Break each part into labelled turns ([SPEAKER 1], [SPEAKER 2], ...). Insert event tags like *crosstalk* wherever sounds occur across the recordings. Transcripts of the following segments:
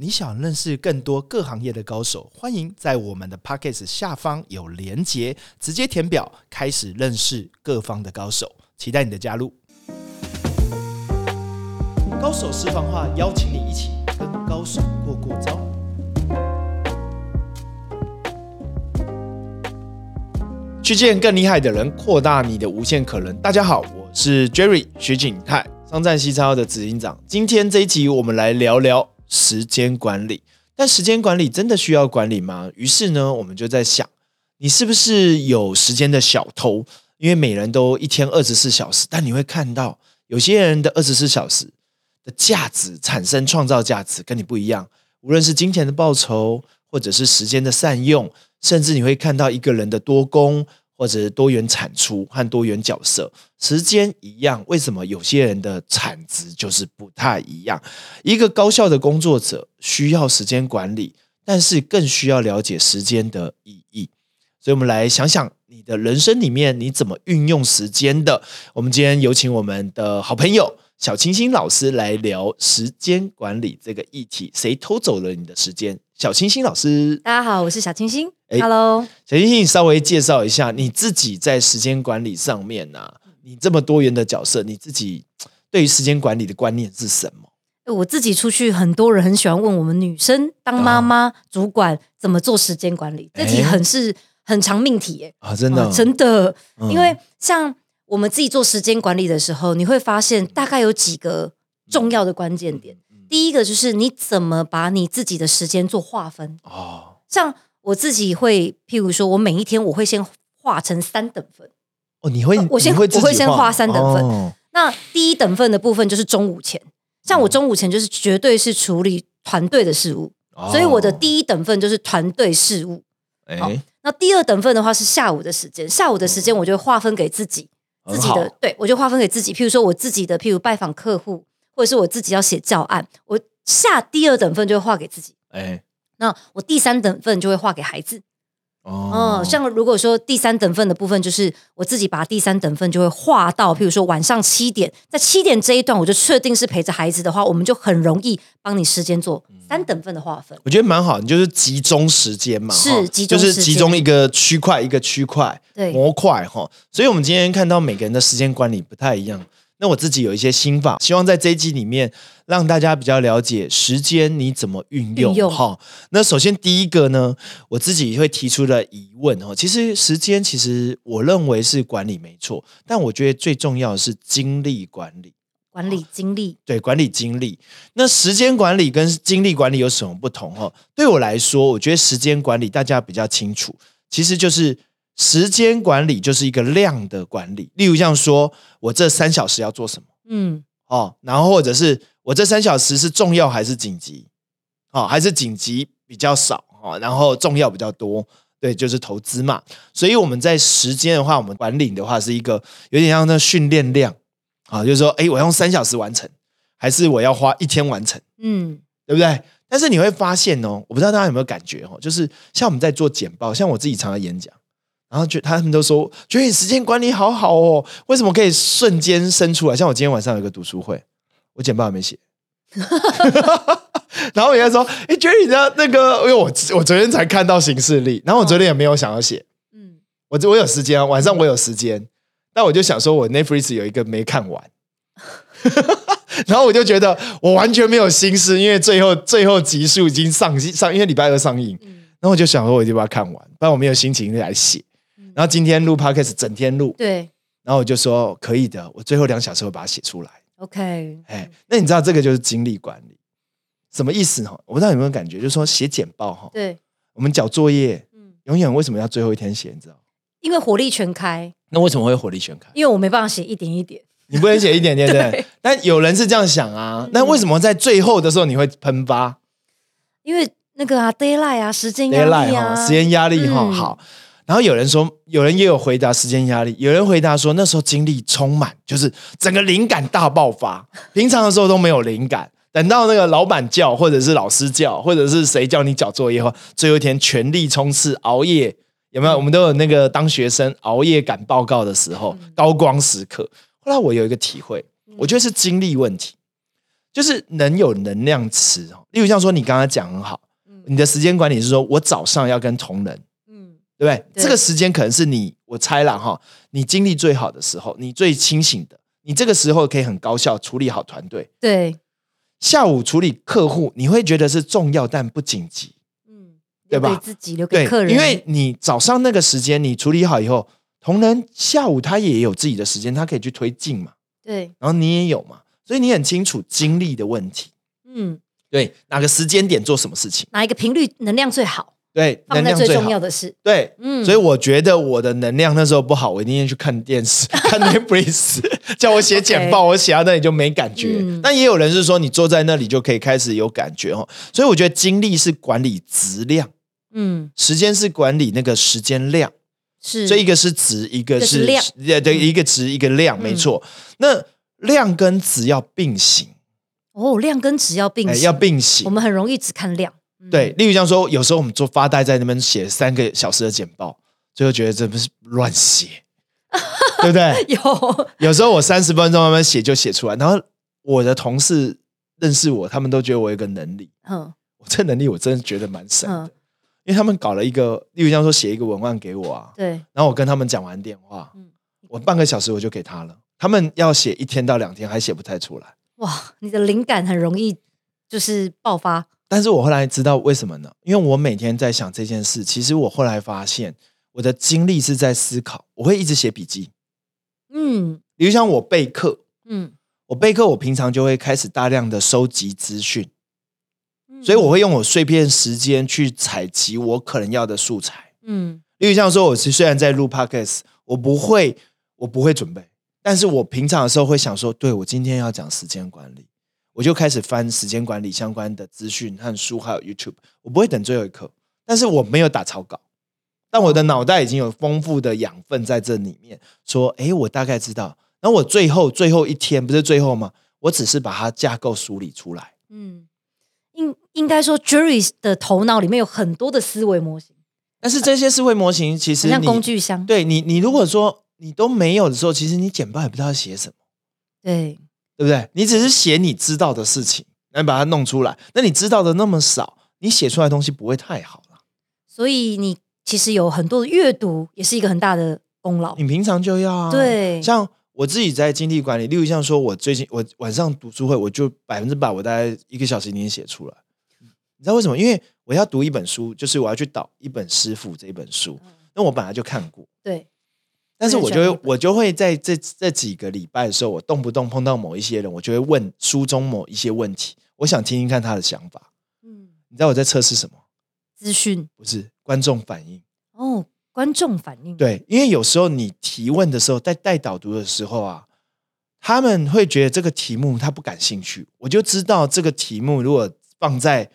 [SPEAKER 1] 你想认识更多各行业的高手，欢迎在我们的 p o c k e t 下方有连结，直接填表开始认识各方的高手，期待你的加入。高手私房话，邀请你一起跟高手过过招。去见更厉害的人，扩大你的无限可能。大家好，我是 Jerry 徐景泰，商战西超的执行长。今天这一集，我们来聊聊时间管理。但时间管理真的需要管理吗？于是呢，我们就在想，你是不是有时间的小偷？因为每人都一天二十四小时，但你会看到有些人的二十四小时的价值产生创造价值跟你不一样，无论是金钱的报酬，或者是时间的善用，甚至你会看到一个人的多功，或者是多元产出和多元角色。时间一样，为什么有些人的产值就是不太一样？一个高效的工作者需要时间管理，但是更需要了解时间的意义。所以，我们来想想你的人生里面你怎么运用时间的。我们今天有请我们的好朋友小清新老师来聊时间管理这个议题，谁偷走了你的时间？小清新老师，
[SPEAKER 2] 大家好，我是小清新。
[SPEAKER 1] 哎
[SPEAKER 2] Hello，
[SPEAKER 1] 小清新，你稍微介绍一下你自己在时间管理上面呢、你这么多元的角色，你自己嘖对于时间管理的观念是什么？
[SPEAKER 2] 我自己出去，很多人很喜欢问我们女生当妈妈、
[SPEAKER 1] 啊
[SPEAKER 2] 主管怎么做时间管理，这题
[SPEAKER 1] 哎
[SPEAKER 2] 很是很长命题耶、
[SPEAKER 1] 啊，真的，
[SPEAKER 2] 啊真的，
[SPEAKER 1] 嗯
[SPEAKER 2] 因为像我们自己做时间管理的时候，你会发现大概有几个重要的关键
[SPEAKER 1] 嗯
[SPEAKER 2] 点。第一个就是你怎么把你自己的时间做划分，
[SPEAKER 1] 哦，
[SPEAKER 2] 像我自己会，譬如说我每一天我会先划成三等份。
[SPEAKER 1] 哦，你会，
[SPEAKER 2] 呃我先
[SPEAKER 1] 你会自己
[SPEAKER 2] 我会先画三等份
[SPEAKER 1] 哦
[SPEAKER 2] 那第一等份的部分就是中午前，
[SPEAKER 1] 嗯
[SPEAKER 2] 像我中午前就是绝对是处理团队的事务，
[SPEAKER 1] 哦
[SPEAKER 2] 所以我的第一等份就是团队事务。
[SPEAKER 1] 哎
[SPEAKER 2] 好那第二等份的话是下午的时间，下午的时间我就划分给自己，自
[SPEAKER 1] 嗯
[SPEAKER 2] 己
[SPEAKER 1] 很
[SPEAKER 2] 的
[SPEAKER 1] 好
[SPEAKER 2] 对我就划分给自己，譬如说我自己的，譬如拜访客户，或者是我自己要写教案，我下第二等份就会划给自己。
[SPEAKER 1] 哎
[SPEAKER 2] 那我第三等份就会划给孩子，
[SPEAKER 1] 哦
[SPEAKER 2] 哦，像如果说第三等份的部分，就是我自己把第三等份就会划到，譬如说晚上七点，在七点这一段，我就确定是陪着孩子的话，我们就很容易帮你时间做
[SPEAKER 1] 嗯
[SPEAKER 2] 三等份的划分。
[SPEAKER 1] 我觉得蛮好，你就是集中时间嘛，
[SPEAKER 2] 是
[SPEAKER 1] 哈
[SPEAKER 2] 集中
[SPEAKER 1] 就是
[SPEAKER 2] 时间
[SPEAKER 1] 集中一个区块一个区块
[SPEAKER 2] 对
[SPEAKER 1] 模块哈。所以，我们今天看到每个人的时间管理不太一样。那我自己有一些心法，希望在这一集里面让大家比较了解时间你怎么运用
[SPEAKER 2] 运用
[SPEAKER 1] 哈。那首先第一个呢，我自己会提出的疑问哈，其实时间其实我认为是管理没错，但我觉得最重要的是精力管理。
[SPEAKER 2] 管理精力，
[SPEAKER 1] 对管理精力。那时间管理跟精力管理有什么不同？哈，对我来说，我觉得时间管理大家比较清楚，其实就是时间管理就是一个量的管理。例如像说，我这三小时要做什么
[SPEAKER 2] 嗯，
[SPEAKER 1] 哦，然后或者是我这三小时是重要还是紧急？哦，还是紧急比较少哦，然后重要比较多。对，就是投资嘛。所以我们在时间的话，我们管理的话是一个有点像那训练量啊，就是说，哎，我要用三小时完成，还是我要花一天完成，
[SPEAKER 2] 嗯，
[SPEAKER 1] 对不对？但是你会发现哦，我不知道大家有没有感觉哦，就是像我们在做简报，像我自己常常演讲，然后就他们都说，觉得你时间管理好好哦，为什么可以瞬间生出来？像我今天晚上有一个读书会，我简报还没写。然后人家说：“哎、觉得你的那个，因为我我昨天才看到行事历，然后我昨天也没有想要写，
[SPEAKER 2] 嗯，
[SPEAKER 1] 我我有时间啊，晚上我有时间，但我就想说，我 Netflix 有一个没看完， *laughs* 然后我就觉得我完全没有心思，因为最后最后集数已经上上，因为礼拜二上映，
[SPEAKER 2] 嗯
[SPEAKER 1] 然后我就想说，我一定把它看完，不然我没有心情来写。然后今天录 podcast 整天录，
[SPEAKER 2] 对
[SPEAKER 1] 然后我就说可以的，我最后两小时会把它写出来。
[SPEAKER 2] ，OK，
[SPEAKER 1] 哎，那你知道这个就是精力管理什么意思哈？我不知道有没有感觉，就是说写简报哈，
[SPEAKER 2] 对，
[SPEAKER 1] 我们交作业
[SPEAKER 2] 嗯，
[SPEAKER 1] 永远为什么要最后一天写？你知道？
[SPEAKER 2] 因为火力全开，
[SPEAKER 1] 那为什么会火力全开？
[SPEAKER 2] 因为我没办法写一点一点，
[SPEAKER 1] 你不能写一点点，对不对
[SPEAKER 2] 对？
[SPEAKER 1] 但有人是这样想啊，那为什么在最后的时候你会喷发
[SPEAKER 2] 因为那个啊 d a y l i g h t 啊，时间压
[SPEAKER 1] deadline
[SPEAKER 2] 力
[SPEAKER 1] 哈，
[SPEAKER 2] 啊，
[SPEAKER 1] 时间压力哈？
[SPEAKER 2] 嗯
[SPEAKER 1] 好，然后有人说，有人也有回答时间压力，有人回答说那时候精力充满，就是整个灵感大爆发，平常的时候都没有灵感。等到那个老板叫，或者是老师叫，或者是谁叫你交作业后，最后一天全力冲刺熬夜，有没有？我们都有那个当学生熬夜赶报告
[SPEAKER 2] 嗯
[SPEAKER 1] 的时候，高光时刻。后来我有一个体会，我觉得是精力问题。就是能有能量池哦。例如像说你刚刚讲很好，你的时间管理是说我早上要跟同仁，
[SPEAKER 2] 嗯，
[SPEAKER 1] 对不对？
[SPEAKER 2] 对
[SPEAKER 1] 这个时间可能是你我猜了哈，你精力最好的时候，你最清醒的，你这个时候可以很高效处理好团队。
[SPEAKER 2] 对，
[SPEAKER 1] 下午处理客户，你会觉得是重要但不紧急，
[SPEAKER 2] 嗯，
[SPEAKER 1] 对吧
[SPEAKER 2] 留给自己留
[SPEAKER 1] 对
[SPEAKER 2] 给客，人，
[SPEAKER 1] 因为你早上那个时间你处理好以后，同仁下午他也有自己的时间，他可以去推进嘛，
[SPEAKER 2] 对，
[SPEAKER 1] 然后你也有嘛，所以你很清楚精力的问题，
[SPEAKER 2] 嗯，
[SPEAKER 1] 对哪个时间点做什么事情，
[SPEAKER 2] 哪一个频率能量最好，
[SPEAKER 1] 对能
[SPEAKER 2] 放在
[SPEAKER 1] 量
[SPEAKER 2] 最
[SPEAKER 1] 最
[SPEAKER 2] 重要
[SPEAKER 1] 好，
[SPEAKER 2] 的事，
[SPEAKER 1] 对。
[SPEAKER 2] 嗯，
[SPEAKER 1] 所以我觉得我的能量那时候不好，我一定要去看电
[SPEAKER 2] *laughs*
[SPEAKER 1] 视，看 Netflix，叫 *laughs* 我写简报，我写到那里就没感觉。
[SPEAKER 2] 嗯
[SPEAKER 1] 但也有人是说，你坐在那里就可以开始有感觉哦。所以我觉得精力是管理质量，
[SPEAKER 2] 嗯
[SPEAKER 1] 时间是管理那个时间量，
[SPEAKER 2] 是，
[SPEAKER 1] 所以一个是值，一个
[SPEAKER 2] 一
[SPEAKER 1] 是
[SPEAKER 2] 个嗯是嗯
[SPEAKER 1] 对对，一个值一个量，没错。那量跟值要并行，
[SPEAKER 2] 哦，量跟质要并
[SPEAKER 1] 哎，
[SPEAKER 2] 行，
[SPEAKER 1] 要并
[SPEAKER 2] 我
[SPEAKER 1] 行。
[SPEAKER 2] 们很容易只看量，嗯
[SPEAKER 1] 对，，例如像说，有时候我们做发呆在那边写三个小时的简报，最后觉得这不是乱
[SPEAKER 2] *laughs*
[SPEAKER 1] 写，对不对？
[SPEAKER 2] *laughs* 有， *laughs*
[SPEAKER 1] 有时候我三十分钟慢慢写就写出来，然后我的同事认识我，他们都觉得我有一个能力，
[SPEAKER 2] 嗯
[SPEAKER 1] 我这能力我真的觉得蛮神的，
[SPEAKER 2] 嗯，
[SPEAKER 1] 因为他们搞了一个，例如像说写一个文案给我啊，
[SPEAKER 2] 对，
[SPEAKER 1] 然后我跟他们讲完电话，
[SPEAKER 2] 嗯
[SPEAKER 1] 我半个小时我就给他了。他们要写一天到两天还写不太出来，
[SPEAKER 2] 哇，你的灵感很容易就是爆发，
[SPEAKER 1] 但是我后来知道为什么呢？因为我每天在想这件事，其实我后来发现我的精力是在思考，我会一直写笔记。
[SPEAKER 2] 嗯
[SPEAKER 1] 比如像我备课，
[SPEAKER 2] 嗯，
[SPEAKER 1] 我备课我平常就会开始大量的收集资讯，
[SPEAKER 2] 嗯
[SPEAKER 1] 所以我会用我碎片时间去采集我可能要的素材。
[SPEAKER 2] 嗯
[SPEAKER 1] 例如像说，我是虽然在录 podcast，我不会，我不会准备，但是我平常的时候会想说，对我今天要讲时间管理，我就开始翻时间管理相关的资讯和书，还有 YouTube。我不会等最后一刻，但是我没有打草稿，但我的脑袋已经有丰富的养分在这里面，说，诶，我大概知道。那我最后最后一天不是最后吗？我只是把它架构梳理出来。
[SPEAKER 2] 嗯，应应该说 Jerry 的头脑里面有很多的思维模型，
[SPEAKER 1] 但是这些思维模型其实
[SPEAKER 2] 很像
[SPEAKER 1] 你
[SPEAKER 2] 工具箱，
[SPEAKER 1] 对你，你如果说你都没有的时候，其实你简报也不知道写什么，
[SPEAKER 2] 对，
[SPEAKER 1] 对不对？你只是写你知道的事情，来把它弄出来。那你知道的那么少，你写出来的东西不会太好了。
[SPEAKER 2] 所以你其实有很多的阅读，也是一个很大的功劳。
[SPEAKER 1] 你平常就要啊，
[SPEAKER 2] 对
[SPEAKER 1] 像。我自己在精力管理，例如像说，我最近我晚上读书会，我就百分之百，我大概一个小时一定写出来。你知道为什么？因为我要读一本书，就是我要去导一本师傅这一本书，
[SPEAKER 2] 嗯
[SPEAKER 1] 那我本来就看过，
[SPEAKER 2] 对，
[SPEAKER 1] 但是
[SPEAKER 2] 我
[SPEAKER 1] 我
[SPEAKER 2] 也
[SPEAKER 1] 就
[SPEAKER 2] 喜欢
[SPEAKER 1] 会
[SPEAKER 2] 日本
[SPEAKER 1] 我就会在这这几个礼拜的时候，我动不动碰到某一些人，我就会问书中某一些问题，我想听听看他的想法。
[SPEAKER 2] 嗯，
[SPEAKER 1] 你知道我在测试什么？
[SPEAKER 2] 资讯
[SPEAKER 1] 不是观众反应。
[SPEAKER 2] 哦，观众反应，
[SPEAKER 1] 对，因为有时候你提问的时候，在带导读的时候啊，他们会觉得这个题目他不感兴趣，我就知道这个题目如果放在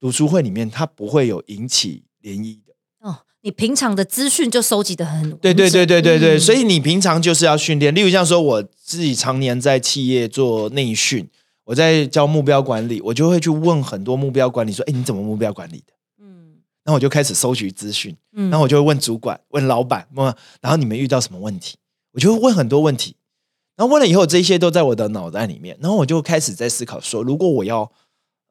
[SPEAKER 1] 读书会里面，它不会有引起涟漪的。
[SPEAKER 2] 哦，你平常的资讯就收集的很完整，
[SPEAKER 1] 对对对对对对，
[SPEAKER 2] 嗯
[SPEAKER 1] 所以你平常就是要训练，例如像说我自己常年在企业做内训，我在教目标管理，我就会去问很多目标管理说，哎，你怎么目标管理的？
[SPEAKER 2] 嗯
[SPEAKER 1] 然后我就开始搜集资讯，
[SPEAKER 2] 嗯，
[SPEAKER 1] 然后我就会问主管、问老板，问，然后你们遇到什么问题，我就会问很多问题，然后问了以后，这些都在我的脑袋里面，然后我就开始在思考说，如果我要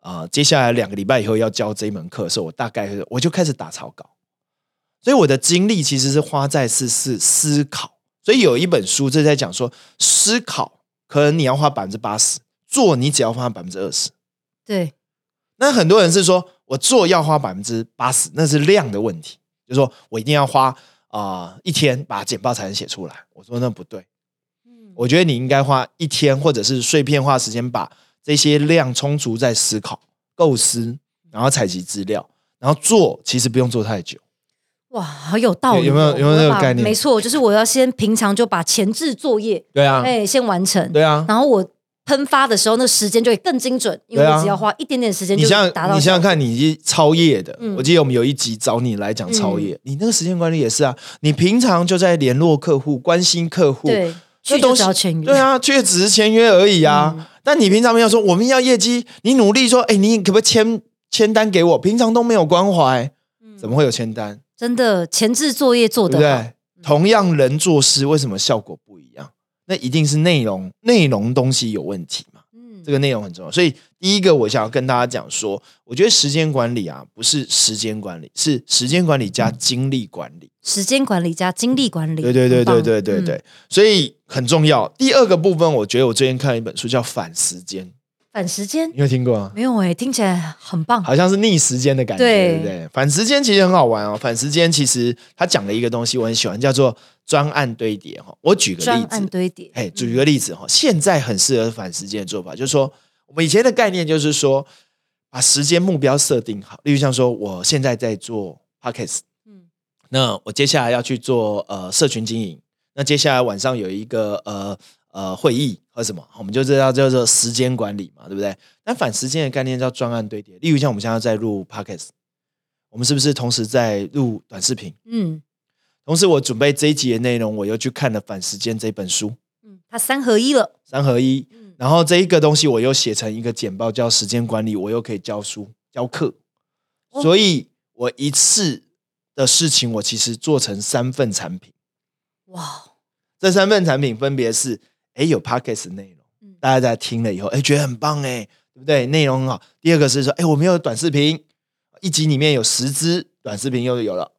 [SPEAKER 1] 啊、呃接下来两个礼拜以后要教这一门课的时候，我大概会我就开始打草稿，所以我的精力其实是花在是是思考，所以有一本书就在讲说，思考可能你要花百分之八十，做你只要花百分之二十。
[SPEAKER 2] 对，
[SPEAKER 1] 那很多人是说我做要花百分之八十，那是量的问题，就是说我一定要花啊、呃一天把简报才能写出来。我说那不对，
[SPEAKER 2] 嗯
[SPEAKER 1] 我觉得你应该花一天或者是碎片化时间，把这些量充足在思考、构思，然后采集资料，然后做其实不用做太久。
[SPEAKER 2] 哇，好有道理哦，
[SPEAKER 1] 有有没有有没有
[SPEAKER 2] 我要
[SPEAKER 1] 那个
[SPEAKER 2] 把
[SPEAKER 1] 概念
[SPEAKER 2] 没错，就是我要先平常就把前置作业
[SPEAKER 1] 对啊
[SPEAKER 2] 哎先完成，
[SPEAKER 1] 对啊。
[SPEAKER 2] 然后我喷发的时候，那时间就会更精准，因为
[SPEAKER 1] 对啊
[SPEAKER 2] 我只要花一点点时间
[SPEAKER 1] 你
[SPEAKER 2] 就
[SPEAKER 1] 想
[SPEAKER 2] 达
[SPEAKER 1] 想，
[SPEAKER 2] 到。
[SPEAKER 1] 你想想，看，你是超业的。
[SPEAKER 2] 嗯
[SPEAKER 1] 我记得我们有一集找你来讲超业，你那个时间管理也是啊。你平常就在联络客户、关心客户，
[SPEAKER 2] 对，
[SPEAKER 1] 这
[SPEAKER 2] 去就
[SPEAKER 1] 东西
[SPEAKER 2] 只要签约，
[SPEAKER 1] 对啊，却只是签约而已啊。
[SPEAKER 2] 嗯
[SPEAKER 1] 但你平常没有说我们要业绩，你努力说，哎、你可不可以签签单给我？平常都没有关怀，
[SPEAKER 2] 嗯，
[SPEAKER 1] 怎么会有签单？
[SPEAKER 2] 真的前置作业做
[SPEAKER 1] 对不
[SPEAKER 2] 得好，嗯
[SPEAKER 1] 对？同样人做事，为什么效果不一样？那一定是内容内容东西有问题嘛？
[SPEAKER 2] 嗯，
[SPEAKER 1] 这个内容很重要。所以第一个，我想要跟大家讲说，我觉得时间管理啊，不是时间管理，是时间管理加精力管理。
[SPEAKER 2] 时间管理加精力管理，
[SPEAKER 1] 对对对
[SPEAKER 2] 很棒嗯
[SPEAKER 1] 对对对对，，所以很重要。第二个部分，我觉得我最近看了一本书叫《反时间》，
[SPEAKER 2] 反时间
[SPEAKER 1] 你有听过吗？
[SPEAKER 2] 没有哎，听起来很
[SPEAKER 1] *laughs*
[SPEAKER 2] 棒，
[SPEAKER 1] 好像是逆时间的感觉，
[SPEAKER 2] 对
[SPEAKER 1] 对不对？反时间其实很好玩哦。反时间其实他讲了一个东西，我很喜欢，叫做专案堆叠哈。我举个
[SPEAKER 2] 专
[SPEAKER 1] 例
[SPEAKER 2] 案
[SPEAKER 1] 子，
[SPEAKER 2] 堆叠，嗯
[SPEAKER 1] 哎，举个例子哈，现在很适合反时间的做法，就是说我们以前的概念就是说，把时间目标设定好，例如像说我现在在做 podcast，
[SPEAKER 2] 嗯
[SPEAKER 1] 那我接下来要去做呃社群经营，那接下来晚上有一个呃呃会议和什么，我们就知道叫做时间管理嘛，对不对？但反时间的概念叫专案堆叠，例如像我们现在在录 podcast，我们是不是同时在录短视频？
[SPEAKER 2] 嗯
[SPEAKER 1] 同时我准备这一集的内容，我又去看了《反时间》这本书，
[SPEAKER 2] 嗯，它三合一了，
[SPEAKER 1] 三合一。
[SPEAKER 2] 嗯
[SPEAKER 1] 然后这一个东西我又写成一个简报，叫时间管理，我又可以教书教课，
[SPEAKER 2] 哦
[SPEAKER 1] 所以我一次的事情，我其实做成三份产品。
[SPEAKER 2] 哇，
[SPEAKER 1] 这三份产品分别是：哎，有 podcast 的内容，
[SPEAKER 2] 嗯
[SPEAKER 1] 大家在听了以后，哎，觉得很棒，哎，对不对？内容很好。第二个是说，哎，我们有短视频，一集里面有十支短视频又有了，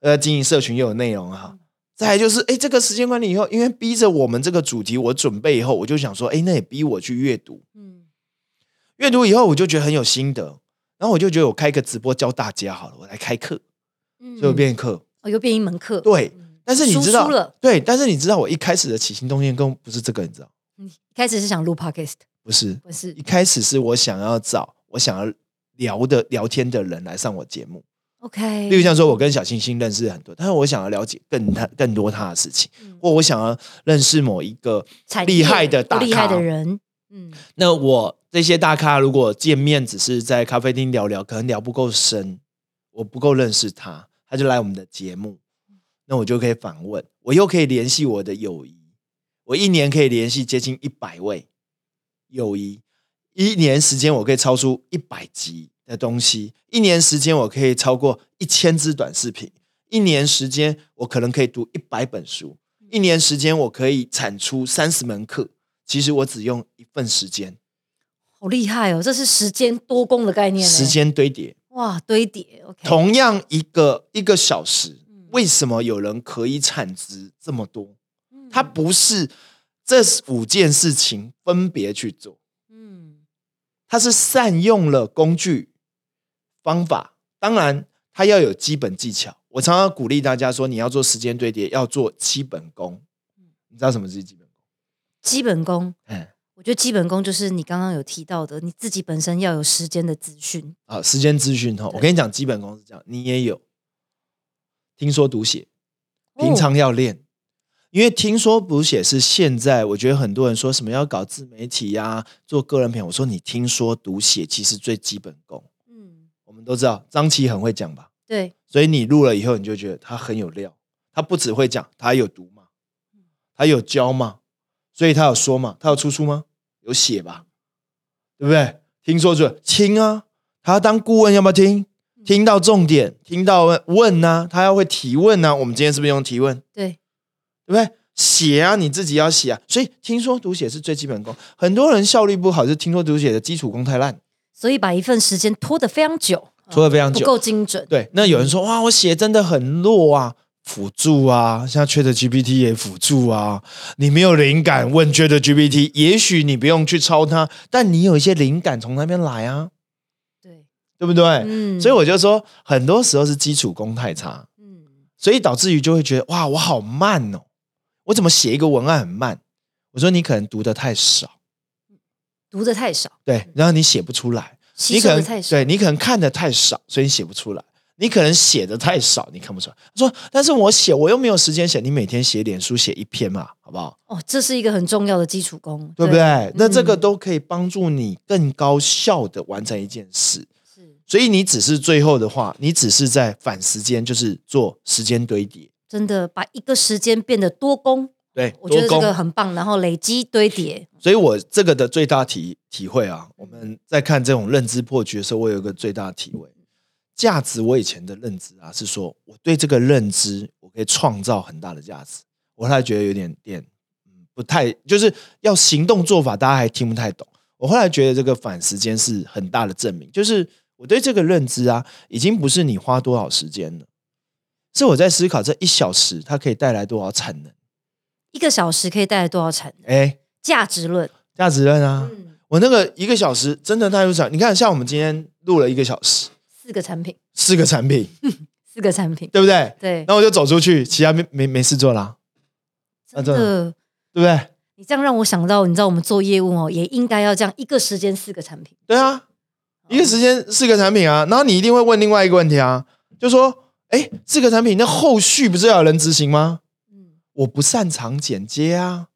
[SPEAKER 1] 呃，经营社群又有内容哈。
[SPEAKER 2] 嗯
[SPEAKER 1] 再来就是，哎，这个时间管理以后，因为逼着我们这个主题，我准备以后，我就想说，哎，那也逼我去阅读，
[SPEAKER 2] 嗯
[SPEAKER 1] 阅读以后我就觉得很有心得，然后我就觉得我开个直播教大家好了，我来开课，
[SPEAKER 2] 嗯
[SPEAKER 1] 所以我变课。
[SPEAKER 2] 哦又变一门课，
[SPEAKER 1] 对
[SPEAKER 2] 嗯，
[SPEAKER 1] 但是你
[SPEAKER 2] 输
[SPEAKER 1] 知道
[SPEAKER 2] 出了，
[SPEAKER 1] 对，但是你知道我一开始的起心动念根本不是这个，你知道
[SPEAKER 2] 一开始是想录 podcast，
[SPEAKER 1] 不是？
[SPEAKER 2] 不是
[SPEAKER 1] 一开始是我想要找我想要聊的聊天的人来上我节目，
[SPEAKER 2] OK，
[SPEAKER 1] 例如像说我跟小星星认识很多，但是我想要了解更他更多他的事情，
[SPEAKER 2] 嗯
[SPEAKER 1] 或我想要认识某一个
[SPEAKER 2] 产业
[SPEAKER 1] 厉害的大咖
[SPEAKER 2] 厉害的人，嗯
[SPEAKER 1] 那我这些大咖如果见面只是在咖啡厅聊聊，可能聊不够深，我不够认识他，他就来我们的节目，那我就可以访问，我又可以联系我的友谊，我一年可以联系接近一百位友谊，一年时间我可以超出一百集的东西，一年时间我可以超过一千支短视频，一年时间我可能可以读一百本书，一年时间我可以产出三十门课。其实我只用一份时间，
[SPEAKER 2] 好厉害哦，这是时间多功的概念欸，
[SPEAKER 1] 时间堆叠，
[SPEAKER 2] 哇堆叠，OK，
[SPEAKER 1] 同样一个一个小时
[SPEAKER 2] 嗯，
[SPEAKER 1] 为什么有人可以产值这么多？
[SPEAKER 2] 嗯
[SPEAKER 1] 他不是这五件事情分别去做，
[SPEAKER 2] 嗯
[SPEAKER 1] 他是善用了工具方法，当然他要有基本技巧。我常常鼓励大家说，你要做时间堆叠，要做基本功。
[SPEAKER 2] 嗯
[SPEAKER 1] 你知道什么是基本功？
[SPEAKER 2] 基本功。
[SPEAKER 1] 嗯，
[SPEAKER 2] 我觉得基本功就是你刚刚有提到的，你自己本身要有时间的资讯。
[SPEAKER 1] 啊，时间资讯哈，我跟你讲，基本功是这样，你也有听说读写，平常要练，因为听说读写是现在我觉得很多人说什么要搞自媒体呀、做个人品牌，我说你听说读写其实最基本功，
[SPEAKER 2] 嗯，
[SPEAKER 1] 我们都知道张琪很会讲吧，
[SPEAKER 2] 对，
[SPEAKER 1] 所以你录了以后，你就觉得他很有料，他不只会讲，他还有读嘛，他有教嘛，所以他有说嘛，他有出书吗？有写吧，对不对？听说就听啊，他当顾问要不要听？听到重点，听到问问啊，他要会提问啊。我们今天是不是用提问？
[SPEAKER 2] 对，
[SPEAKER 1] 对不对？写啊，你自己要写啊。所以听说读写是最基本功，很多人效率不好，就是听说读写的基础功太烂，
[SPEAKER 2] 所以把一份时间拖得非常久，
[SPEAKER 1] 拖得非常
[SPEAKER 2] 不
[SPEAKER 1] 久。
[SPEAKER 2] 够精准。
[SPEAKER 1] 对，那有人说哇，我写真的很弱啊，辅助啊，像 Chat GPT 也辅助啊。你没有灵感，问 Chat GPT，也许你不用去抄它，但你有一些灵感从那边来啊，
[SPEAKER 2] 对，
[SPEAKER 1] 对不对？
[SPEAKER 2] 嗯
[SPEAKER 1] 所以我就说，很多时候是基础功太差，
[SPEAKER 2] 嗯，
[SPEAKER 1] 所以导致于就会觉得哇，我好慢哦，我怎么写一个文案很慢？我说你可能读的太少，
[SPEAKER 2] 读的太少，
[SPEAKER 1] 对，然后你写不出来。
[SPEAKER 2] 吸
[SPEAKER 1] 你可
[SPEAKER 2] 收的
[SPEAKER 1] 能
[SPEAKER 2] 太少。
[SPEAKER 1] 对你可能看的太少，所以你写不出来。你可能写的太少，你看不出来。他说，但是我写，我又没有时间写。你每天写脸书写一篇嘛，好不好？
[SPEAKER 2] 哦，这是一个很重要的基础功，
[SPEAKER 1] 对不对？？那这个
[SPEAKER 2] 嗯
[SPEAKER 1] 都可以帮助你更高效的完成一件事。
[SPEAKER 2] 是
[SPEAKER 1] 所以你只是最后的话，你只是在反时间，就是做时间堆叠。
[SPEAKER 2] 真的把一个时间变得多功，
[SPEAKER 1] 对，
[SPEAKER 2] 我觉
[SPEAKER 1] 多
[SPEAKER 2] 得这
[SPEAKER 1] 功
[SPEAKER 2] 个很棒。然后累积堆叠，
[SPEAKER 1] 所以我这个的最大体体会啊，我们在看这种认知破局的时候，我有一个最大的体会，价值我以前的认知啊，是说我对这个认知，我可以创造很大的价值。我后来觉得有点点，嗯，不太就是要行动做法，大家还听不太懂。我后来觉得这个反时间是很大的证明，就是我对这个认知啊，已经不是你花多少时间了，是我在思考这一小时它可以带来多少产能。
[SPEAKER 2] 一个小时可以带来多少产能？
[SPEAKER 1] 哎，
[SPEAKER 2] 价值论，
[SPEAKER 1] 价值论啊，
[SPEAKER 2] 嗯，
[SPEAKER 1] 我那个一个小时真的太入场。你看，像我们今天录了一个小时，
[SPEAKER 2] 四个产品，
[SPEAKER 1] 四个产品， *laughs*
[SPEAKER 2] 四个产品，
[SPEAKER 1] 对不对？
[SPEAKER 2] 对
[SPEAKER 1] 然，后我就走出去，其他没没没事做啦，那
[SPEAKER 2] 真
[SPEAKER 1] 真
[SPEAKER 2] 的。
[SPEAKER 1] 对不对？
[SPEAKER 2] 你这样让我想到，你知道我们做业务哦，也应该要这样一个时间四个产品。
[SPEAKER 1] 对啊，一个时间四个产品啊，然后你一定会问另外一个问题啊，就说，哎，四个产品那后续不是要有人执行吗？
[SPEAKER 2] 嗯
[SPEAKER 1] 我不擅长剪接啊，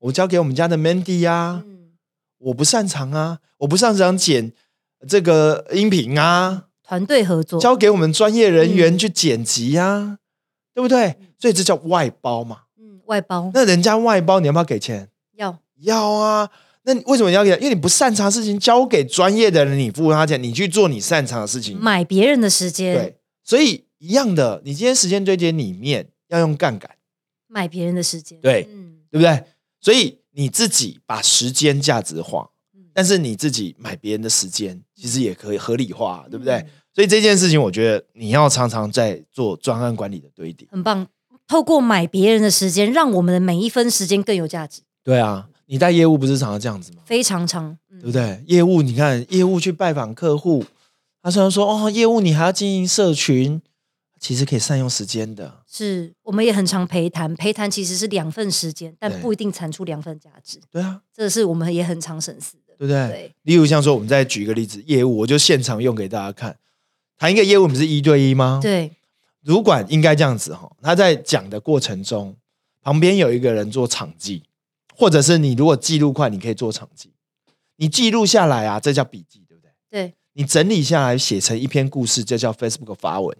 [SPEAKER 1] 我交给我们家的 Mandy 啊，
[SPEAKER 2] 嗯，
[SPEAKER 1] 我不擅长啊，我不擅长剪这个音频啊，
[SPEAKER 2] 团队合作，
[SPEAKER 1] 交给我们专业人员
[SPEAKER 2] 嗯
[SPEAKER 1] 去剪辑啊，对不对？所以这叫外包嘛。
[SPEAKER 2] 嗯，外包
[SPEAKER 1] 那人家外包，你要不要给钱？
[SPEAKER 2] 要
[SPEAKER 1] 要啊。那你为什么你要给他？因为你不擅长的事情交给专业的人，你付他钱，你去做你擅长的事情。
[SPEAKER 2] 买别人的时间，
[SPEAKER 1] 对，所以一样的，你今天时间堆叠里面要用杠杆，
[SPEAKER 2] 买别人的时间，
[SPEAKER 1] 对
[SPEAKER 2] 嗯
[SPEAKER 1] 对不对？所以你自己把时间价值化
[SPEAKER 2] 嗯，
[SPEAKER 1] 但是你自己买别人的时间，其实也可以合理化，对不对？
[SPEAKER 2] 嗯
[SPEAKER 1] 所以这件事情，我觉得你要常常在做专案管理的堆叠。
[SPEAKER 2] 很棒。透过买别人的时间，让我们的每一分时间更有价值，
[SPEAKER 1] 对啊，你带业务不是常常这样子吗？
[SPEAKER 2] 非常长，嗯
[SPEAKER 1] 对
[SPEAKER 2] 对
[SPEAKER 1] 不？对？业务，你看业务去拜访客户，他虽然说哦，业务你还要经营社群，其实可以善用时间的。
[SPEAKER 2] 是我们也很常陪谈，陪谈其实是两份时间，但
[SPEAKER 1] 对
[SPEAKER 2] 不一定产出两份价值，
[SPEAKER 1] 对啊，
[SPEAKER 2] 这是我们也很常审视的。
[SPEAKER 1] 对不对？
[SPEAKER 2] 对
[SPEAKER 1] 例如像说，我们再举一个例子，业务，我就现场用给大家看。谈一个业务，我们是一对一吗？，
[SPEAKER 2] 对，
[SPEAKER 1] 主管应该这样子哈。他在讲的过程中，旁边有一个人做场记，或者是你如果记录快，你可以做场记，你记录下来啊，这叫笔记，对不对？
[SPEAKER 2] 对，
[SPEAKER 1] 你整理下来写成一篇故事，这叫 Facebook 发文。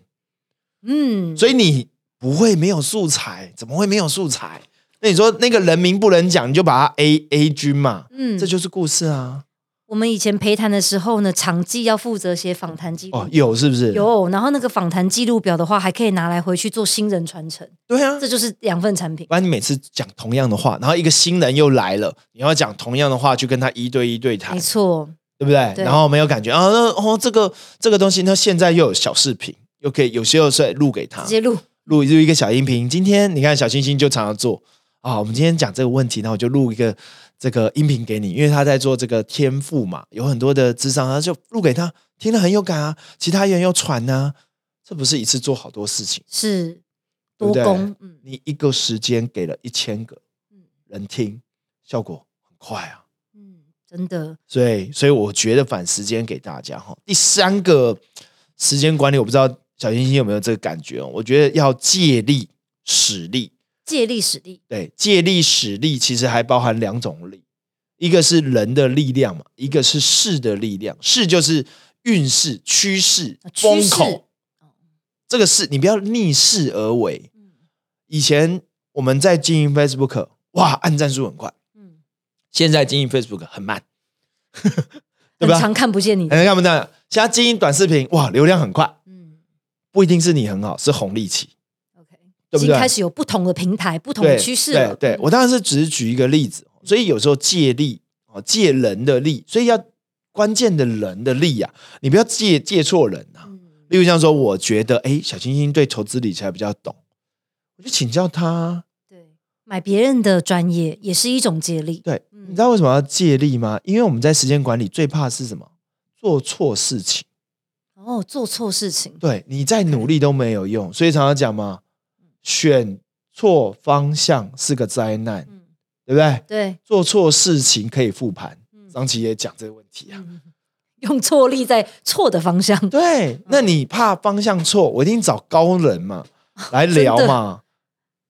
[SPEAKER 2] 嗯，
[SPEAKER 1] 所以你不会没有素材，怎么会没有素材？那你说那个人名不能讲，你就把他 A A 君嘛，
[SPEAKER 2] 嗯
[SPEAKER 1] 这就是故事啊。
[SPEAKER 2] 我们以前陪谈的时候呢，场记要负责写访谈记录。
[SPEAKER 1] 哦，有是不是？
[SPEAKER 2] 有，然后那个访谈记录表的话，还可以拿来回去做新人传承，
[SPEAKER 1] 对啊
[SPEAKER 2] 这，就是两份产品。
[SPEAKER 1] 不然你每次讲同样的话，然后一个新人又来了，你要讲同样的话去跟他一对一对谈
[SPEAKER 2] 没，错，
[SPEAKER 1] 对不对？
[SPEAKER 2] 对
[SPEAKER 1] 然后没有感觉啊，那哦这个这个东西，那现在又有小视频，又可以有些又是录给他
[SPEAKER 2] 直，接录，
[SPEAKER 1] 录录一个小音频。今天你看小星星就常常做啊，我们今天讲这个问题，那我就录一个这个音频给你，因为他在做这个天赋嘛，有很多的智商，他就录给他，听了很有感啊，其他人又传啊，这不是一次做好多事情，
[SPEAKER 2] 是
[SPEAKER 1] 对
[SPEAKER 2] 多
[SPEAKER 1] 不对
[SPEAKER 2] 功，嗯，
[SPEAKER 1] 你一个时间给了一千个
[SPEAKER 2] 嗯
[SPEAKER 1] 人听，效果很快啊。
[SPEAKER 2] 嗯，真的，
[SPEAKER 1] 所以，所以我觉得反时间给大家哈。第三个时间管理，我不知道小星星有没有这个感觉哦。我觉得要借力使力，
[SPEAKER 2] 借力使力，
[SPEAKER 1] 对，借力使力其实还包含两种力，一个是人的力量嘛，一个是势的力量。势就是运势、趋势
[SPEAKER 2] 啊、趋
[SPEAKER 1] 风
[SPEAKER 2] 势
[SPEAKER 1] 口。这个势，你不要逆势而为。
[SPEAKER 2] 嗯
[SPEAKER 1] 以前我们在经营 Facebook，哇，按赞数很快；
[SPEAKER 2] 嗯，
[SPEAKER 1] 现在经营 Facebook 很慢，对
[SPEAKER 2] 很
[SPEAKER 1] 吧？哎
[SPEAKER 2] 常看不见你的，
[SPEAKER 1] 很看不到。现在经营短视频，哇，流量很快，
[SPEAKER 2] 嗯
[SPEAKER 1] 不一定是你很好，是红利期。
[SPEAKER 2] ，OK，
[SPEAKER 1] 对不
[SPEAKER 2] 已经
[SPEAKER 1] 对
[SPEAKER 2] 开始有不同的平台、不同
[SPEAKER 1] 对
[SPEAKER 2] 的趋势
[SPEAKER 1] 对
[SPEAKER 2] 了。
[SPEAKER 1] 对，我当然是只是举一个例子，哦所以有时候借力哦，借人的力，所以要关键的人的力啊，你不要借借错人啊。
[SPEAKER 2] 嗯，
[SPEAKER 1] 例如像说，我觉得哎，小星星对投资理财比较懂，我就请教他啊。
[SPEAKER 2] 对，买别人的专业也是一种借力。
[SPEAKER 1] 对，
[SPEAKER 2] 嗯
[SPEAKER 1] 你知道为什么要借力吗？因为我们在时间管理最怕是什么？做错事情。
[SPEAKER 2] 哦，做错事情，
[SPEAKER 1] 对，你再努力都没有用，所以常常讲嘛，选错方向是个灾难，
[SPEAKER 2] 嗯，
[SPEAKER 1] 对不对？
[SPEAKER 2] 对，
[SPEAKER 1] 做错事情可以复盘，
[SPEAKER 2] 嗯
[SPEAKER 1] 张琪也讲这个问题啊。
[SPEAKER 2] 嗯 *laughs* 用错力在错的方向。嗯
[SPEAKER 1] 对，那你怕方向错，我一定找高人
[SPEAKER 2] *laughs*
[SPEAKER 1] 嘛来聊嘛。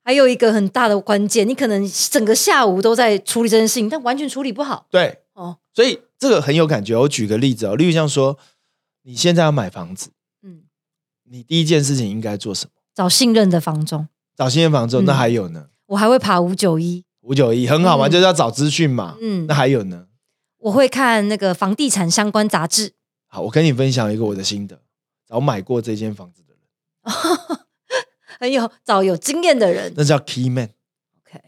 [SPEAKER 2] 还有一个很大的关键，你可能整个下午都在处理这件事情，但完全处理不好。
[SPEAKER 1] 对，
[SPEAKER 2] 哦，
[SPEAKER 1] 所以这个很有感觉。我举个例子哦，例如像说，你现在要买房子，
[SPEAKER 2] 嗯，
[SPEAKER 1] 你第一件事情应该做什么？
[SPEAKER 2] 找信任的房中，
[SPEAKER 1] 找新的房之后，
[SPEAKER 2] 嗯
[SPEAKER 1] 那还有呢？
[SPEAKER 2] 我还会爬五九一，
[SPEAKER 1] 五九一很好嘛，
[SPEAKER 2] 嗯
[SPEAKER 1] 就是要找资讯嘛。
[SPEAKER 2] 嗯
[SPEAKER 1] 那，还有呢？
[SPEAKER 2] 我会看那个房地产相关杂志，
[SPEAKER 1] 好，我跟你分享一个我的心得，找买过这间房子的人，
[SPEAKER 2] 很有找有经验的人。
[SPEAKER 1] 那叫 key man。
[SPEAKER 2] OK，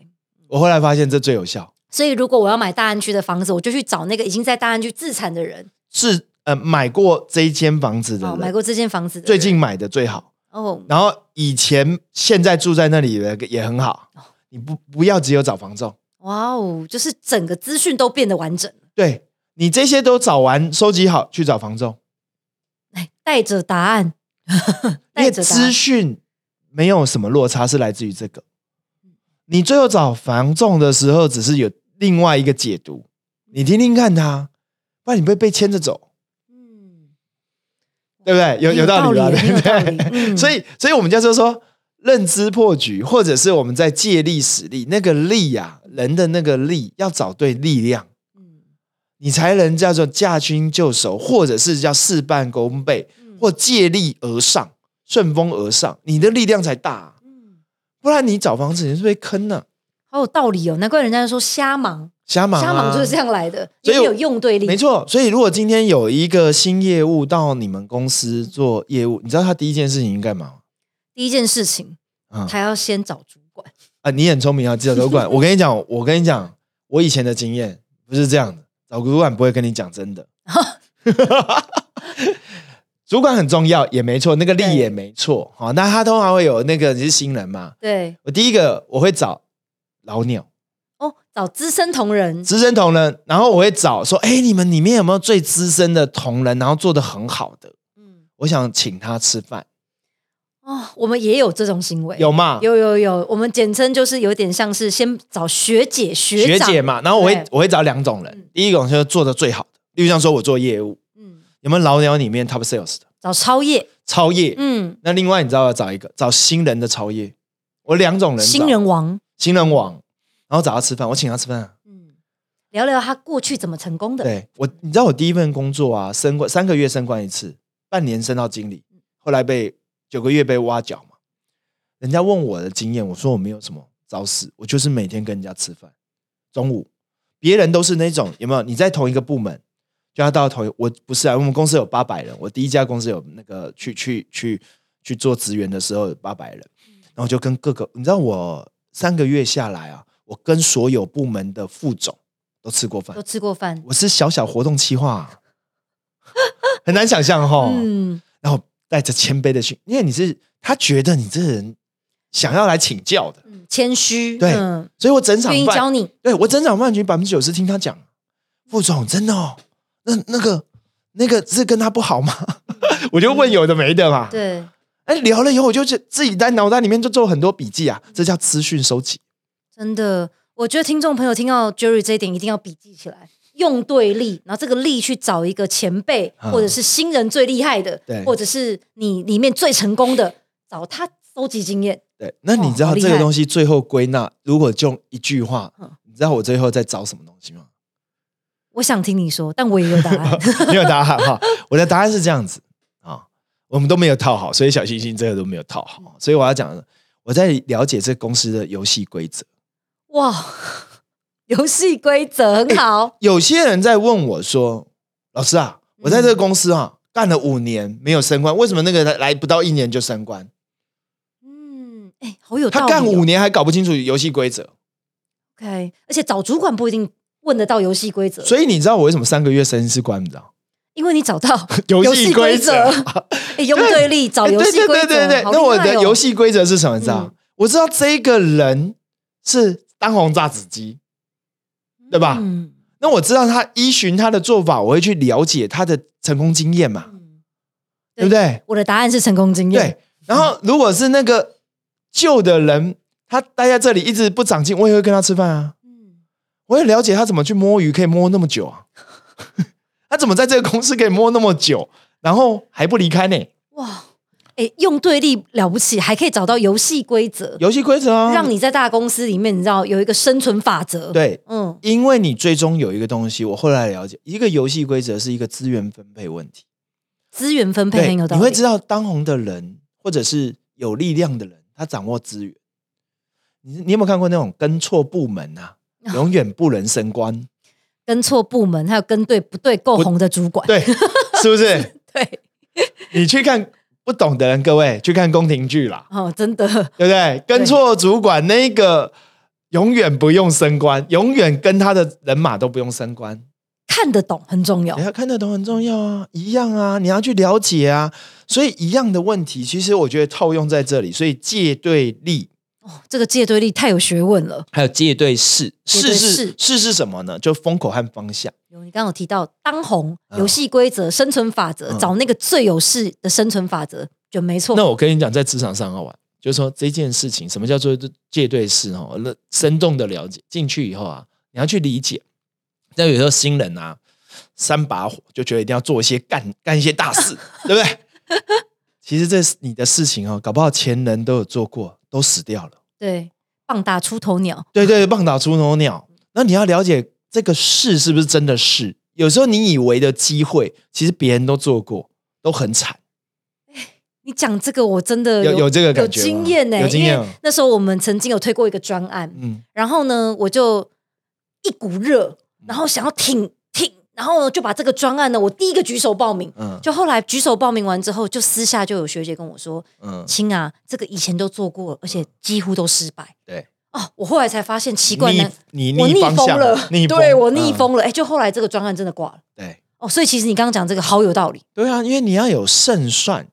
[SPEAKER 1] 我后来发现这最有效，
[SPEAKER 2] 所以如果我要买大安区的房子，我就去找那个已经在大安区自产的人，
[SPEAKER 1] 是呃买过这一间房子的
[SPEAKER 2] 哦，
[SPEAKER 1] 人，
[SPEAKER 2] 买过这间房子的人
[SPEAKER 1] 最近买的最好，
[SPEAKER 2] 哦，
[SPEAKER 1] 然后以前现在住在那里的也很好。
[SPEAKER 2] 哦
[SPEAKER 1] 你不不要只有找房仲，
[SPEAKER 2] 哇哦，就是整个资讯都变得完整了，
[SPEAKER 1] 对你这些都找完收集好去找房仲，
[SPEAKER 2] 哎，带着答案， *laughs*
[SPEAKER 1] 因
[SPEAKER 2] 带
[SPEAKER 1] 为
[SPEAKER 2] 着啊答案
[SPEAKER 1] 资，讯没有什么落差是来自于这个。你最后找房仲的时候，只是有另外一个解读，你听听看他，不然你会被牵着走。
[SPEAKER 2] 嗯，
[SPEAKER 1] 对不对？有有道理吧？
[SPEAKER 2] 很
[SPEAKER 1] 对
[SPEAKER 2] 有
[SPEAKER 1] 不
[SPEAKER 2] 道理
[SPEAKER 1] 对？ *laughs*
[SPEAKER 2] 嗯
[SPEAKER 1] 所以，所以我们就是说，认知破局，或者是我们在借力使力，那个力啊，人的那个力，要找对力量，
[SPEAKER 2] 嗯
[SPEAKER 1] 你才能叫做驾轻就熟，或者是叫事半功倍，
[SPEAKER 2] 嗯
[SPEAKER 1] 或借力而上，顺风而上，你的力量才大啊、
[SPEAKER 2] 嗯
[SPEAKER 1] 不然你找房子，你是被坑了、
[SPEAKER 2] 好有道理哦，难怪人家说瞎忙，
[SPEAKER 1] 瞎忙、啊，
[SPEAKER 2] 瞎忙就是这样来的，
[SPEAKER 1] 所以
[SPEAKER 2] 也
[SPEAKER 1] 我
[SPEAKER 2] 有用对力，
[SPEAKER 1] 没错，所以如果今天有一个新业务到你们公司做业务，你知道他第一件事情应该干嘛吗？
[SPEAKER 2] 第一件事情，
[SPEAKER 1] 嗯，
[SPEAKER 2] 他要先找主管，
[SPEAKER 1] 啊，你很聪明啊，找主
[SPEAKER 2] *laughs*
[SPEAKER 1] 管。我跟你讲，我跟你讲，我以前的经验不是这样的，找主管不会跟你讲真
[SPEAKER 2] *laughs*
[SPEAKER 1] 的。主管很重要，也没错，那个力
[SPEAKER 2] 对
[SPEAKER 1] 也没错。好、那他通常会有那个你是新人嘛？
[SPEAKER 2] 对，
[SPEAKER 1] 我第一个我会找老鸟、
[SPEAKER 2] 哦，找资深同仁，
[SPEAKER 1] 资深同仁，然后我会找说，哎，你们里面有没有最资深的同仁，然后做的很好的？
[SPEAKER 2] 嗯，
[SPEAKER 1] 我想请他吃饭，
[SPEAKER 2] 哦，我们也有这种行为，
[SPEAKER 1] 有吗？
[SPEAKER 2] 有有有，我们简称就是有点像是先找学姐学
[SPEAKER 1] 学
[SPEAKER 2] 长
[SPEAKER 1] 姐嘛，然后我会
[SPEAKER 2] 对
[SPEAKER 1] 我会找两种人
[SPEAKER 2] 嗯，
[SPEAKER 1] 第一种就是做的最好的，例如像说我做业务，
[SPEAKER 2] 嗯，
[SPEAKER 1] 有没有老鸟里面 top sales 的
[SPEAKER 2] 找超业，
[SPEAKER 1] 超业？
[SPEAKER 2] 嗯，
[SPEAKER 1] 那另外你知道要找一个找新人的超业，我两种人找
[SPEAKER 2] 新人王，
[SPEAKER 1] 新人王，然后找他吃饭，我请他吃饭啊。
[SPEAKER 2] 嗯，聊聊他过去怎么成功的，
[SPEAKER 1] 对我，你知道我第一份工作啊，升官三个月升官一次，半年升到经理，后来被九个月被挖角嘛。人家问我的经验，我说我没有什么招式，我就是每天跟人家吃饭，中午别人都是那种有没有？你在同一个部门，就要到同一我不是啊，我们公司有八百人，我第一家公司有那个去去去去做职员的时候有八百人，然后就跟各个你知道我三个月下来啊，我跟所有部门的副总都吃过饭
[SPEAKER 2] 都，吃过饭，
[SPEAKER 1] 我是小小活动企划、 *laughs* 很难想象哈。
[SPEAKER 2] 嗯，
[SPEAKER 1] 然后带着谦卑的去，因为你是他觉得你这人想要来请教的，
[SPEAKER 2] 嗯谦虚，
[SPEAKER 1] 对
[SPEAKER 2] 嗯
[SPEAKER 1] 所以我整场
[SPEAKER 2] 愿意教
[SPEAKER 1] 饭，
[SPEAKER 2] 你，
[SPEAKER 1] 对我整场饭局百分之九十听他讲，副总真的哦，那那个那个是跟他不好吗？ *laughs* 我就问有的没的嘛。
[SPEAKER 2] 对，
[SPEAKER 1] 哎，聊了以后，我就自自己在脑袋里面就做很多笔记啊，这叫资讯收集。
[SPEAKER 2] 真的，我觉得听众朋友听到 Jerry 这一点一定要笔记起来。用对力，然后这个力去找一个前辈、
[SPEAKER 1] 嗯
[SPEAKER 2] 或者是新人最厉害的
[SPEAKER 1] 对，
[SPEAKER 2] 或者是你里面最成功的，找他收集经验。
[SPEAKER 1] 对，那你
[SPEAKER 2] 哇
[SPEAKER 1] 知道
[SPEAKER 2] 好厉
[SPEAKER 1] 这个
[SPEAKER 2] 害
[SPEAKER 1] 东西最后归纳，如果就用一句话
[SPEAKER 2] 嗯，
[SPEAKER 1] 你知道我最后在找什么东西吗？
[SPEAKER 2] 我想听你说，但我也有答
[SPEAKER 1] *laughs*
[SPEAKER 2] 案。
[SPEAKER 1] 没有答案哈。我的答案是这样子啊，我们都没有套好，所以小星星这个都没有套好。所以我要讲的，我在了解这公司的游戏规则。
[SPEAKER 2] 哇，游戏规则很
[SPEAKER 1] *laughs*
[SPEAKER 2] 好，
[SPEAKER 1] 有些人在问我说：“老师啊，我在这个公司啊、干了五年没有升官，为什么那个来来不到一年就升官？
[SPEAKER 2] 嗯，哎、好有
[SPEAKER 1] 他
[SPEAKER 2] 道理、哦。
[SPEAKER 1] 干五年还搞不清楚游戏规则。
[SPEAKER 2] ，OK，而且找主管不一定问得到游戏规则，
[SPEAKER 1] 所以你知道我为什么三个月升一次官？你知道
[SPEAKER 2] 因为你找
[SPEAKER 1] *laughs*
[SPEAKER 2] 到
[SPEAKER 1] 游戏规则。
[SPEAKER 2] 游戏规则哎，用对力找游戏规
[SPEAKER 1] 对对
[SPEAKER 2] 则，
[SPEAKER 1] 对对对。
[SPEAKER 2] 好厉
[SPEAKER 1] 那我的
[SPEAKER 2] 害哦
[SPEAKER 1] 游戏规则是什么？你知道？
[SPEAKER 2] 嗯
[SPEAKER 1] 我知道这个人是当红炸子鸡，对吧？
[SPEAKER 2] 嗯
[SPEAKER 1] 那我知道他依循他的做法，我会去了解他的成功经验嘛，
[SPEAKER 2] 嗯
[SPEAKER 1] 对不对？
[SPEAKER 2] 我的答案是成功经验。
[SPEAKER 1] 对。然后如果是那个旧的人，他待在这里一直不长进，我也会跟他吃饭啊，
[SPEAKER 2] 嗯，
[SPEAKER 1] 我也了解他怎么去摸鱼，可以摸那么久啊， *laughs* 他怎么在这个公司可以摸那么久，然后还不离开呢？
[SPEAKER 2] 哇，哎，用对力了不起，还可以找到游戏规则，
[SPEAKER 1] 游戏规则啊，
[SPEAKER 2] 让你在大公司里面，你知道有一个生存法则。，
[SPEAKER 1] 对
[SPEAKER 2] 嗯，
[SPEAKER 1] 因为你最终有一个东西，我后来了解，一个游戏规则是一个资源分配问题。
[SPEAKER 2] 资源分配
[SPEAKER 1] 对，
[SPEAKER 2] 很有道理。
[SPEAKER 1] 你会知道当红的人或者是有力量的人，他掌握资源。你你有没有看过那种跟错部门
[SPEAKER 2] *laughs*
[SPEAKER 1] 啊，永远不能升官？
[SPEAKER 2] 跟错部门，还有跟对不对够红的主管。
[SPEAKER 1] 对，是不是？
[SPEAKER 2] 对，
[SPEAKER 1] 你去看不懂的人，各位去看宫廷剧啦，
[SPEAKER 2] 哦，真的，
[SPEAKER 1] 对不对？跟错主管那个永远不用升官，永远跟他的人马都不用升官。
[SPEAKER 2] 看得懂很重要
[SPEAKER 1] 你。要看得懂很重要啊，一样啊，你要去了解啊。所以一样的问题，其实我觉得套用在这里，所以借对力
[SPEAKER 2] 哦，这个借对力太有学问了。
[SPEAKER 1] 还有借对势，
[SPEAKER 2] 借
[SPEAKER 1] 势
[SPEAKER 2] 对
[SPEAKER 1] 是
[SPEAKER 2] 势
[SPEAKER 1] 势是什么呢？就风口和方向。
[SPEAKER 2] 有你刚刚有提到当红
[SPEAKER 1] 嗯
[SPEAKER 2] 游戏规则、生存法则，
[SPEAKER 1] 嗯
[SPEAKER 2] 找那个最有势的生存法则，就没错。
[SPEAKER 1] 那我跟你讲，在职场上好玩，就是说这件事情，什么叫做借对势哦？那生动的了解进去以后啊，你要去理解。那有时候新人啊，三把火就觉得一定要做一些干干一些大事，对不对？其实这是你的事情哦，搞不好前人都有做过，都死掉了。
[SPEAKER 2] 对，棒打出头鸟，
[SPEAKER 1] 对对，棒打出头鸟。那你要了解这个事是不是真的事？有时候你以为的机会，其实别人都做过，都很惨。
[SPEAKER 2] 你讲这个我真的
[SPEAKER 1] 有有这个
[SPEAKER 2] 有
[SPEAKER 1] 感觉吗，
[SPEAKER 2] 经验呢、
[SPEAKER 1] 有经验
[SPEAKER 2] 因
[SPEAKER 1] 哦
[SPEAKER 2] 为，那时候我们曾经有推过一个专案，
[SPEAKER 1] 嗯，
[SPEAKER 2] 然后呢，我就一股热，然后想要挺挺，然后呢就把这个专案呢，我第一个举手报名。
[SPEAKER 1] 嗯
[SPEAKER 2] 就后来举手报名完之后，就私下就有学姐跟我说
[SPEAKER 1] 嗯：“，
[SPEAKER 2] 亲啊，这个以前都做过了，而且几乎都失败。
[SPEAKER 1] 对，”
[SPEAKER 2] 哦，我后来才发现奇怪
[SPEAKER 1] 逆
[SPEAKER 2] 呢，
[SPEAKER 1] 你
[SPEAKER 2] 我逆
[SPEAKER 1] 方
[SPEAKER 2] 风
[SPEAKER 1] 向啊
[SPEAKER 2] 了，
[SPEAKER 1] 逆风
[SPEAKER 2] 对我逆
[SPEAKER 1] 嗯
[SPEAKER 2] 风了。哎、就后来这个专案真的挂了。
[SPEAKER 1] 对
[SPEAKER 2] 哦，所以其实你刚刚讲这个好有道理。
[SPEAKER 1] 对啊，因为你要有胜算。
[SPEAKER 2] 嗯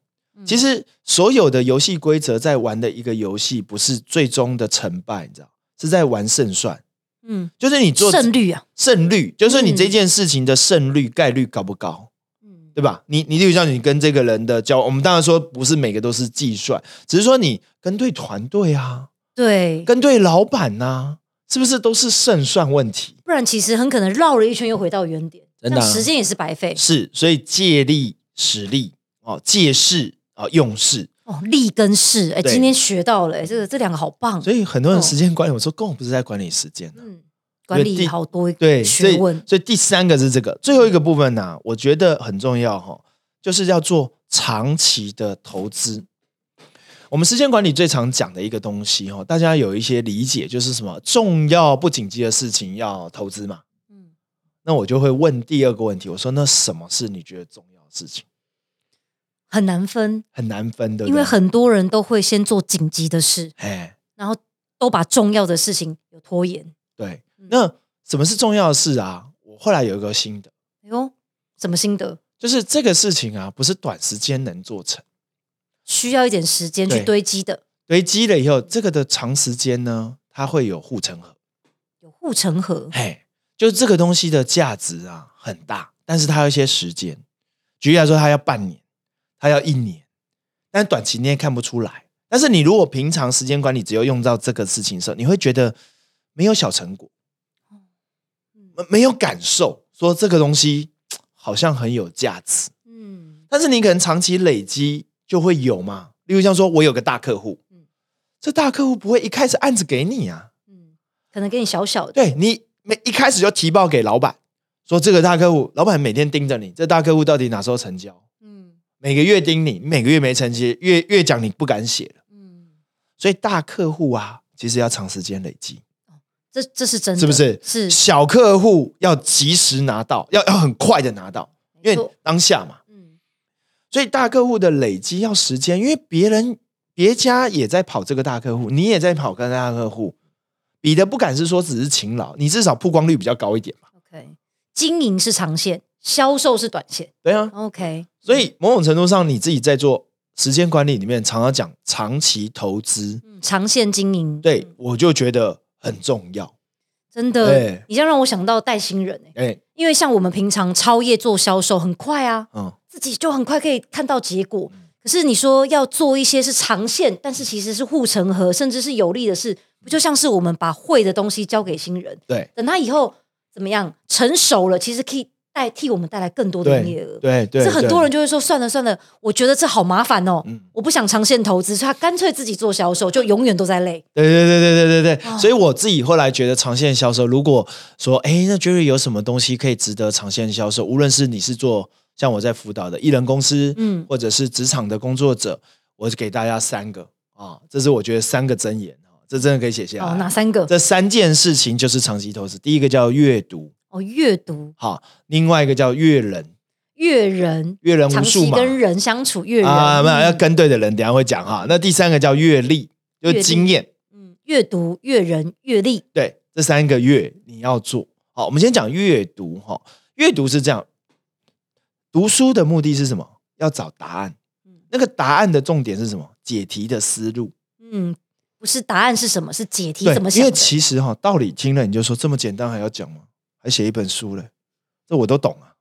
[SPEAKER 1] 其实所有的游戏规则在玩的一个游戏，不是最终的成败，你知道，是在玩胜算，
[SPEAKER 2] 嗯，
[SPEAKER 1] 就是你做
[SPEAKER 2] 胜率啊，
[SPEAKER 1] 胜率，就是你
[SPEAKER 2] 嗯
[SPEAKER 1] 这件事情的胜率概率高不高。
[SPEAKER 2] 嗯，
[SPEAKER 1] 对吧？你你例如像你跟这个人的交往，我们当然说不是每个都是计算，只是说你跟对团队啊，
[SPEAKER 2] 对，
[SPEAKER 1] 跟对老板呐、是不是都是胜算问题？
[SPEAKER 2] 不然其实很可能绕了一圈又回到原点，
[SPEAKER 1] 真
[SPEAKER 2] 那
[SPEAKER 1] 的啊
[SPEAKER 2] 时间也是白费
[SPEAKER 1] 是，所以借力使力哦，借势啊、哦、用势。
[SPEAKER 2] 哦。力跟势，哎，
[SPEAKER 1] 对嗯
[SPEAKER 2] 今天学到了，哎，这个这两个好棒
[SPEAKER 1] 所，以很多人
[SPEAKER 2] 哦
[SPEAKER 1] 时间管理，我说根本不是在管理时间啊、
[SPEAKER 2] 嗯，管
[SPEAKER 1] 对第
[SPEAKER 2] 理好多一
[SPEAKER 1] 对，
[SPEAKER 2] 个
[SPEAKER 1] 所以
[SPEAKER 2] 学问，
[SPEAKER 1] 所以第三个是这个，最后一个部分呢、我觉得很重要哈、就是要做长期的投资。我们时间管理最常讲的一个东西哈、大家有一些理解，就是什么重要不紧急的事情要投资嘛。
[SPEAKER 2] 嗯，
[SPEAKER 1] 那我就会问第二个问题，我说那什么是你觉得重要的事情？
[SPEAKER 2] 很难分，
[SPEAKER 1] 很难分，对不对？
[SPEAKER 2] 因为很多人都会先做紧急的事，
[SPEAKER 1] 哎，
[SPEAKER 2] 然后都把重要的事情有拖延。
[SPEAKER 1] 对。
[SPEAKER 2] 嗯
[SPEAKER 1] 那什么是重要的事啊？我后来有一个心得，
[SPEAKER 2] 哎呦，什么心得？
[SPEAKER 1] 就是这个事情啊，不是短时间能做成。
[SPEAKER 2] 需要一点时间去
[SPEAKER 1] 对
[SPEAKER 2] 堆积的，
[SPEAKER 1] 堆积了以后，这个的长时间呢，它会有护城河。
[SPEAKER 2] 有护城河。
[SPEAKER 1] 嘿，就这个东西的价值啊很大，但是它有一些时间。举例来说，它要半年，它要一年，但短期内看不出来。但是你如果平常时间管理只有用到这个事情的时候，你会觉得没有小成果，
[SPEAKER 2] 嗯
[SPEAKER 1] 没没有感受，说这个东西好像很有价值。
[SPEAKER 2] 嗯，
[SPEAKER 1] 但是你可能长期累积就会有嘛。例如像说，我有个大客户，
[SPEAKER 2] 嗯
[SPEAKER 1] 这大客户不会一开始案子给你啊，
[SPEAKER 2] 嗯，可能给你小小的，
[SPEAKER 1] 对你每一开始就提报给老板，说这个大客户，老板每天盯着你，这大客户到底哪时候成交？
[SPEAKER 2] 嗯
[SPEAKER 1] 每个月盯你，每个月没成绩，越越讲你不敢写了。
[SPEAKER 2] 嗯，
[SPEAKER 1] 所以大客户啊，其实要长时间累积，
[SPEAKER 2] 这这是真的，
[SPEAKER 1] 是不是？
[SPEAKER 2] 是，
[SPEAKER 1] 小客户要及时拿到，要要很快的拿到，因
[SPEAKER 2] 没
[SPEAKER 1] 为
[SPEAKER 2] 错
[SPEAKER 1] 当下嘛。
[SPEAKER 2] 嗯
[SPEAKER 1] 所以大客户的累积要时间，因为别人别家也在跑这个大客户，你也在跑跟大客户，比的不敢是说只是勤劳，你至少曝光率比较高一点嘛。
[SPEAKER 2] ，OK，经营是长线，销售是短线
[SPEAKER 1] 对啊，
[SPEAKER 2] ，OK，
[SPEAKER 1] 所以某种程度上，你自己在做时间管理里面，常常讲长期投资，
[SPEAKER 2] 嗯，长线经营，
[SPEAKER 1] 对
[SPEAKER 2] 嗯
[SPEAKER 1] 我就觉得很重要。
[SPEAKER 2] 真
[SPEAKER 1] 对
[SPEAKER 2] 的，你这样让我想到带新人、欸、
[SPEAKER 1] 哎，
[SPEAKER 2] 因为像我们平常超业做销售很快啊，
[SPEAKER 1] 嗯，
[SPEAKER 2] 自己就很快可以看到结果。可是你说要做一些是长线，但是其实是护城河，甚至是有利的事，不就像是我们把会的东西交给新人，
[SPEAKER 1] 对，
[SPEAKER 2] 等他以后怎么样成熟了，其实可以代替我们带来更多的营业额
[SPEAKER 1] 对，。对，对，
[SPEAKER 2] 这很多人就会说算了算了，我觉得这好麻烦哦，
[SPEAKER 1] 嗯
[SPEAKER 2] 我不想长线投资，所以他干脆自己做销售，就永远都在累。
[SPEAKER 1] 对对对对对对对，
[SPEAKER 2] 哦
[SPEAKER 1] 所以我自己后来觉得长线销售，如果说哎，那 Jerry 有什么东西可以值得长线销售？无论是你是做像我在辅导的艺人公司，嗯
[SPEAKER 2] 嗯，
[SPEAKER 1] 或者是职场的工作者，我给大家三个啊，这是我觉得三个箴言啊，这真的可以写下
[SPEAKER 2] 哦，
[SPEAKER 1] 来。
[SPEAKER 2] 哪三 *laughs* 个？
[SPEAKER 1] 这三件事情就是长期投资，第一个叫阅读，
[SPEAKER 2] 哦，阅读、
[SPEAKER 1] 好，另外一个叫阅人，
[SPEAKER 2] 阅人、
[SPEAKER 1] 阅人无
[SPEAKER 2] 长
[SPEAKER 1] 数
[SPEAKER 2] 期
[SPEAKER 1] 嘛，
[SPEAKER 2] 跟人相处，阅人
[SPEAKER 1] 啊，没有要
[SPEAKER 2] 嗯
[SPEAKER 1] 跟对的人，等一下会讲哈。那第三个叫阅历，就是
[SPEAKER 2] 阅历
[SPEAKER 1] 经验，
[SPEAKER 2] 嗯，阅读、阅人、阅历。
[SPEAKER 1] 对，这三个月你要做好。我们先讲阅读哈，阅读是这样，读书的目的是什么？要找答案
[SPEAKER 2] 嗯。
[SPEAKER 1] 那个答案的重点是什么？解题的思路。
[SPEAKER 2] 嗯，不是答案是什么，是解题
[SPEAKER 1] 对
[SPEAKER 2] 怎么，
[SPEAKER 1] 因
[SPEAKER 2] 想
[SPEAKER 1] 为
[SPEAKER 2] 的。
[SPEAKER 1] 其实哈，道理听了你就说这么简单还要讲吗？还写一本书嘞，这我都懂啊。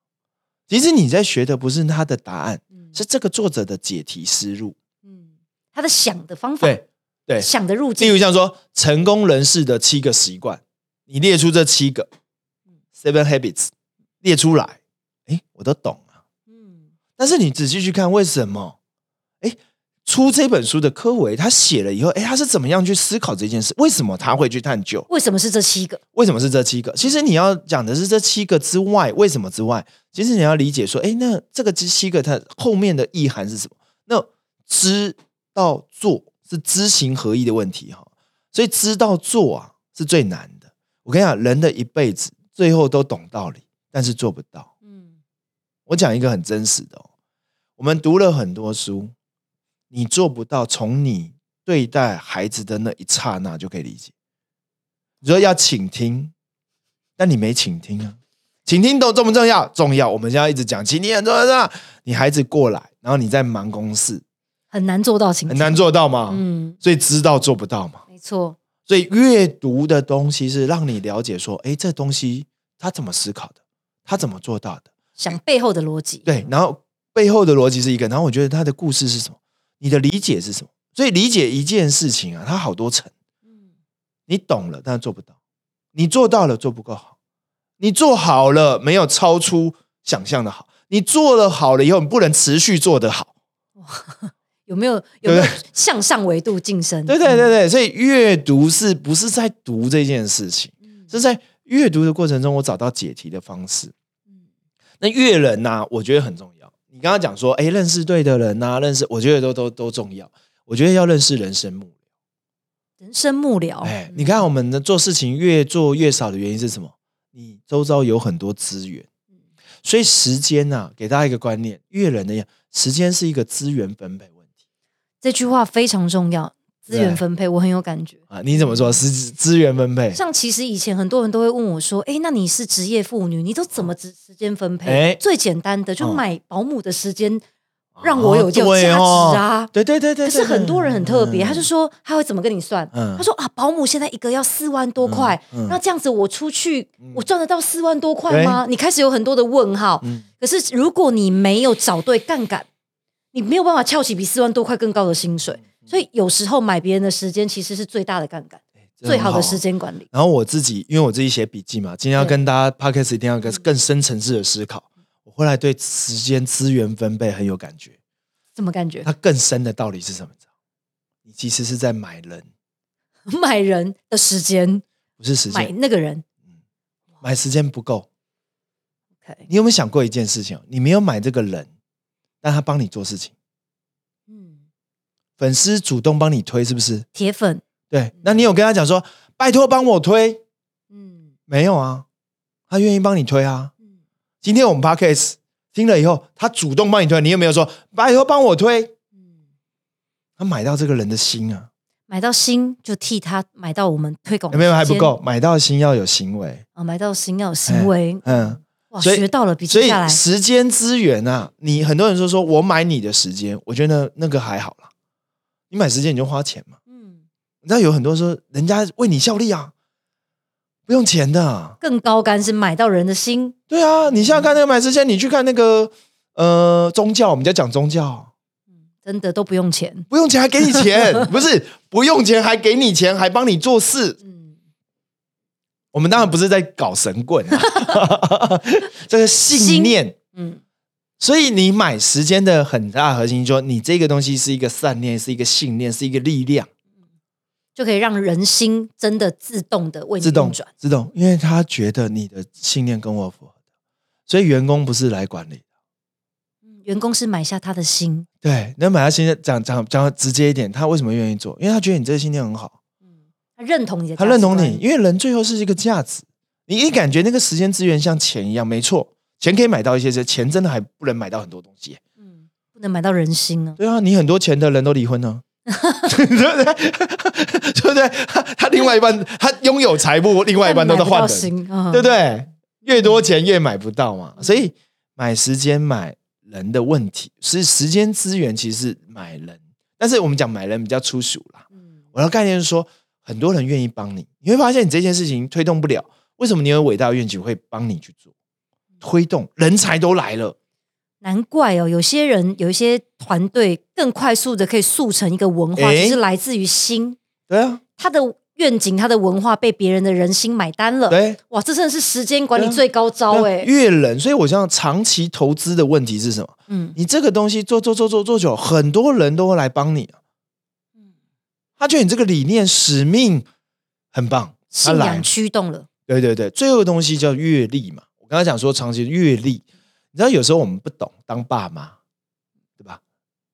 [SPEAKER 1] 其实你在学的不是他的答案，
[SPEAKER 2] 嗯
[SPEAKER 1] 是这个作者的解题思路。
[SPEAKER 2] 嗯，他的想的方法，
[SPEAKER 1] 对对，
[SPEAKER 2] 想的路
[SPEAKER 1] 例
[SPEAKER 2] 径
[SPEAKER 1] 如，像说成功人士的七个习惯，你列出这七个 seven habits 列出来，诶，我都懂啊。
[SPEAKER 2] 嗯，
[SPEAKER 1] 但是你仔细去看，为什么？诶，出这本书的科维他写了以后，诶，他是怎么样去思考这件事？为什么他会去探究？
[SPEAKER 2] 为什么是这七个？
[SPEAKER 1] 为什么是这七个？其实你要讲的是这七个之外，为什么之外？其实你要理解说，诶，那这个这七个它后面的意涵是什么？那知到做是知行合一的问题哈，所以知道做啊是最难的。我跟你讲，人的一辈子最后都懂道理，但是做不到。
[SPEAKER 2] 嗯
[SPEAKER 1] 我讲一个很真实的哦，我们读了很多书，你做不到从你对待孩子的那一刹那就可以理解。你说要倾听，但你没倾听啊，倾听都重不重要？重要。我们现在一直讲倾听很重要，重要你孩子过来，然后你在忙公事，
[SPEAKER 2] 很难做到情，
[SPEAKER 1] 很难。做到嘛。
[SPEAKER 2] 嗯，
[SPEAKER 1] 所以知道做不到嘛。
[SPEAKER 2] 没错。
[SPEAKER 1] 所以阅读的东西是让你了解说，诶，这东西他怎么思考的，他怎么做到的。
[SPEAKER 2] 想背后的逻辑。
[SPEAKER 1] 对，然后背后的逻辑是一个，然后我觉得他的故事是什么，你的理解是什么，所以理解一件事情啊，它好多层，
[SPEAKER 2] 嗯，
[SPEAKER 1] 你懂了，但是做不到，你做到了做不够好，你做好了没有超出想象的好，你做了好了以后，你不能持续做得好，
[SPEAKER 2] 有没有有没有
[SPEAKER 1] 对
[SPEAKER 2] 向上维度晋升？
[SPEAKER 1] 对对对对，所以阅读是不是在读这件事情，
[SPEAKER 2] 嗯，
[SPEAKER 1] 是在阅读的过程中，我找到解题的方式。那阅人呐、我觉得很重要。你刚刚讲说，哎，认识对的人呐、认识，我觉得都都都重要。我觉得要认识人生目标。
[SPEAKER 2] 人生幕僚。
[SPEAKER 1] 哎、
[SPEAKER 2] 嗯
[SPEAKER 1] 你看我们的做事情越做越少的原因是什么？你周遭有很多资源，所以时间呐、啊给大家一个观念，阅人的样，时间是一个资源分配问题
[SPEAKER 2] 这句话非常重要，资源
[SPEAKER 1] 对
[SPEAKER 2] 分配我很有感觉。
[SPEAKER 1] 啊。你怎么说？是资源分配？
[SPEAKER 2] 嗯像其实以前很多人都会问我说：“哎，那你是职业妇女，你都怎么时时间分配？”
[SPEAKER 1] 哎
[SPEAKER 2] 最简单的就
[SPEAKER 1] 哦
[SPEAKER 2] 买保姆的时间，让我有
[SPEAKER 1] 哦
[SPEAKER 2] 有
[SPEAKER 1] 对
[SPEAKER 2] 价
[SPEAKER 1] 哦
[SPEAKER 2] 值啊。
[SPEAKER 1] 对对对对。
[SPEAKER 2] 可是
[SPEAKER 1] 对
[SPEAKER 2] 很多人很特别，
[SPEAKER 1] 嗯
[SPEAKER 2] 他就说他会怎么跟你算？
[SPEAKER 1] 嗯
[SPEAKER 2] 他说啊，保姆现在一个要四万多块，
[SPEAKER 1] 嗯嗯
[SPEAKER 2] 那这样子我出去我赚得到四万多块吗？你开始有很多的问号。
[SPEAKER 1] 嗯
[SPEAKER 2] 可是如果你没有找对杠杆，你没有办法翘起比四万多块更高的薪水。
[SPEAKER 1] 嗯
[SPEAKER 2] 所以有时候买别人的时间其实是最大的杠杆，
[SPEAKER 1] 真
[SPEAKER 2] 最好的
[SPEAKER 1] 啊
[SPEAKER 2] 时间管理。
[SPEAKER 1] 然后我自己，因为我自己写笔记嘛，今天要
[SPEAKER 2] 对
[SPEAKER 1] 跟大家 podcast 一定要更更深层次的思考。我后来对时间资源分配很有感觉，
[SPEAKER 2] 怎么感觉？ *laughs*
[SPEAKER 1] 它更深的道理是什么？你知道你其实是在买人，
[SPEAKER 2] 买人的时间，
[SPEAKER 1] 不是时
[SPEAKER 2] 买
[SPEAKER 1] 间，
[SPEAKER 2] 那个人。
[SPEAKER 1] 买时间不够。
[SPEAKER 2] OK，
[SPEAKER 1] 你有没有想过一件事情？哦你没有买这个人，但他帮你做事情，
[SPEAKER 2] 嗯，
[SPEAKER 1] 粉丝主动帮你推，是不是？
[SPEAKER 2] 铁粉，
[SPEAKER 1] 对。那你有跟他讲说，拜托帮我推？
[SPEAKER 2] 嗯
[SPEAKER 1] 没有啊，他愿意帮你推啊。
[SPEAKER 2] 嗯，
[SPEAKER 1] 今天我们 podcast 听了以后，他主动帮你推，你有没有说拜托帮我推？
[SPEAKER 2] 嗯
[SPEAKER 1] 他买到这个人的心啊，
[SPEAKER 2] 买到心就替他买到我们推广
[SPEAKER 1] 哎
[SPEAKER 2] 的
[SPEAKER 1] 有没有还
[SPEAKER 2] 哦时
[SPEAKER 1] 不
[SPEAKER 2] 间
[SPEAKER 1] 够？买到心要有行为，
[SPEAKER 2] 啊，买到心要有行为，
[SPEAKER 1] 嗯，
[SPEAKER 2] 哇，
[SPEAKER 1] 所以
[SPEAKER 2] 学到了，笔
[SPEAKER 1] 所
[SPEAKER 2] 记
[SPEAKER 1] 以
[SPEAKER 2] 下来，
[SPEAKER 1] 时间资源啊，你很多人说说我买你的时间，我觉得那个还好啦，你买时间你就花钱嘛。
[SPEAKER 2] 嗯，
[SPEAKER 1] 你知道有很多说人家为你效力啊，不用钱的啊，
[SPEAKER 2] 更高干是买到人的心，
[SPEAKER 1] 对啊，你现在看那个买时间，你去看那个呃宗教，我们在讲宗教，嗯
[SPEAKER 2] 真的都不用钱，
[SPEAKER 1] 不用钱还给你钱，
[SPEAKER 2] *laughs*
[SPEAKER 1] 不是不用钱还给你钱，还帮你做事，
[SPEAKER 2] 嗯，
[SPEAKER 1] 我们当然不是在搞神棍、
[SPEAKER 2] *laughs*
[SPEAKER 1] 啊，这个信念。
[SPEAKER 2] 嗯
[SPEAKER 1] 所以你买时间的很大核心，说你这个东西是一个善念，是一个信念，是一个力量，
[SPEAKER 2] 就可以让人心真的自动的为你
[SPEAKER 1] 自动
[SPEAKER 2] 运转，
[SPEAKER 1] 自动，因为他觉得你的信念跟我符合的，所以员工不是来管理的。
[SPEAKER 2] 嗯员工是买下他的心，
[SPEAKER 1] 对，那买他信念讲讲讲直接一点，他为什么愿意做？因为他觉得你这个信念很好，
[SPEAKER 2] 他认同你的，
[SPEAKER 1] 他认同你，，因为人最后是一个价值。你一感觉那个时间资源像钱一样，没错，钱可以买到一些，这钱真的还不能买到很多东西。
[SPEAKER 2] 嗯，不能买到人心啊，
[SPEAKER 1] 对啊，你很多钱的人都离婚呢、对不对？ *laughs* 对不对？他他另外一半，他拥有财富，另外一半都在换
[SPEAKER 2] 到
[SPEAKER 1] 人，
[SPEAKER 2] 心，嗯
[SPEAKER 1] 对不对？越多钱越买不到嘛，所以买时间买人的问题是时间资源，其实是买人，但是我们讲买人比较粗俗啦。
[SPEAKER 2] 嗯
[SPEAKER 1] 我的概念是说，很多人愿意帮你，你会发现你这件事情推动不了，为什么你有伟大的愿景会帮你去做？推动人才都来了，
[SPEAKER 2] 难怪哦，有些人有一些团队更快速的可以速成一个文化，
[SPEAKER 1] 诶
[SPEAKER 2] 就是来自于心，
[SPEAKER 1] 对啊，
[SPEAKER 2] 他的愿景、他的文化被别人的人心买单了。
[SPEAKER 1] 对，
[SPEAKER 2] 哇，这真的是时间管理
[SPEAKER 1] 对啊
[SPEAKER 2] 最高招
[SPEAKER 1] 对
[SPEAKER 2] 哎、
[SPEAKER 1] 啊越人，所以我想长期投资的问题是什么？
[SPEAKER 2] 嗯，
[SPEAKER 1] 你这个东西做做做做做久，很多人都会来帮你、啊。
[SPEAKER 2] 嗯
[SPEAKER 1] 他觉得你这个理念、使命很棒，他
[SPEAKER 2] 信
[SPEAKER 1] 来
[SPEAKER 2] 仰。驱动了，
[SPEAKER 1] 对对对，最后的东西叫阅历嘛。我刚才讲说长期的阅历，你知道有时候我们不懂当爸妈，对吧？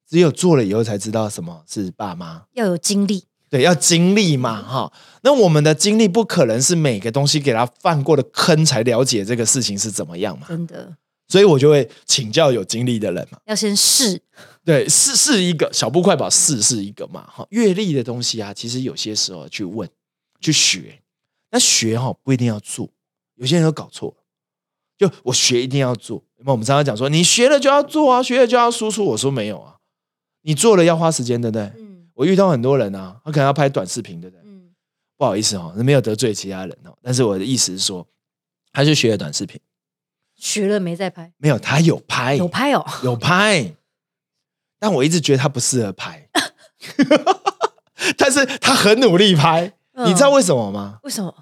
[SPEAKER 1] 只有做了以后才知道什么是爸妈。
[SPEAKER 2] 要有精力。
[SPEAKER 1] 对，要经历嘛，哈。那我们的经历不可能是每个东西给他犯过的坑才了解这个事情是怎么样嘛。
[SPEAKER 2] 真的
[SPEAKER 1] 所以我就会请教有经历的人嘛。
[SPEAKER 2] 要先试，
[SPEAKER 1] 对，是是一个小步快跑，是是一个嘛哈。阅历的东西啊，其实有些时候去问、去学，那学哈、不一定要做，有些人都搞错了。就我学一定要做，那我们常常讲说，你学了就要做啊，学了就要输出。我说没有啊，你做了要花时间，对不对？
[SPEAKER 2] 嗯
[SPEAKER 1] 我遇到很多人啊，他可能要拍短视频，对不对？
[SPEAKER 2] 嗯
[SPEAKER 1] 不好意思哦，没有得罪其他人哦，但是我的意思是说，他去学了短视频，
[SPEAKER 2] 学了没再拍，
[SPEAKER 1] 没有他有拍，
[SPEAKER 2] 有拍哦，
[SPEAKER 1] 有拍，但我一直觉得他不适合拍， *laughs* 但是他很努力拍，
[SPEAKER 2] 嗯
[SPEAKER 1] 你知道为什么吗？
[SPEAKER 2] 为什么？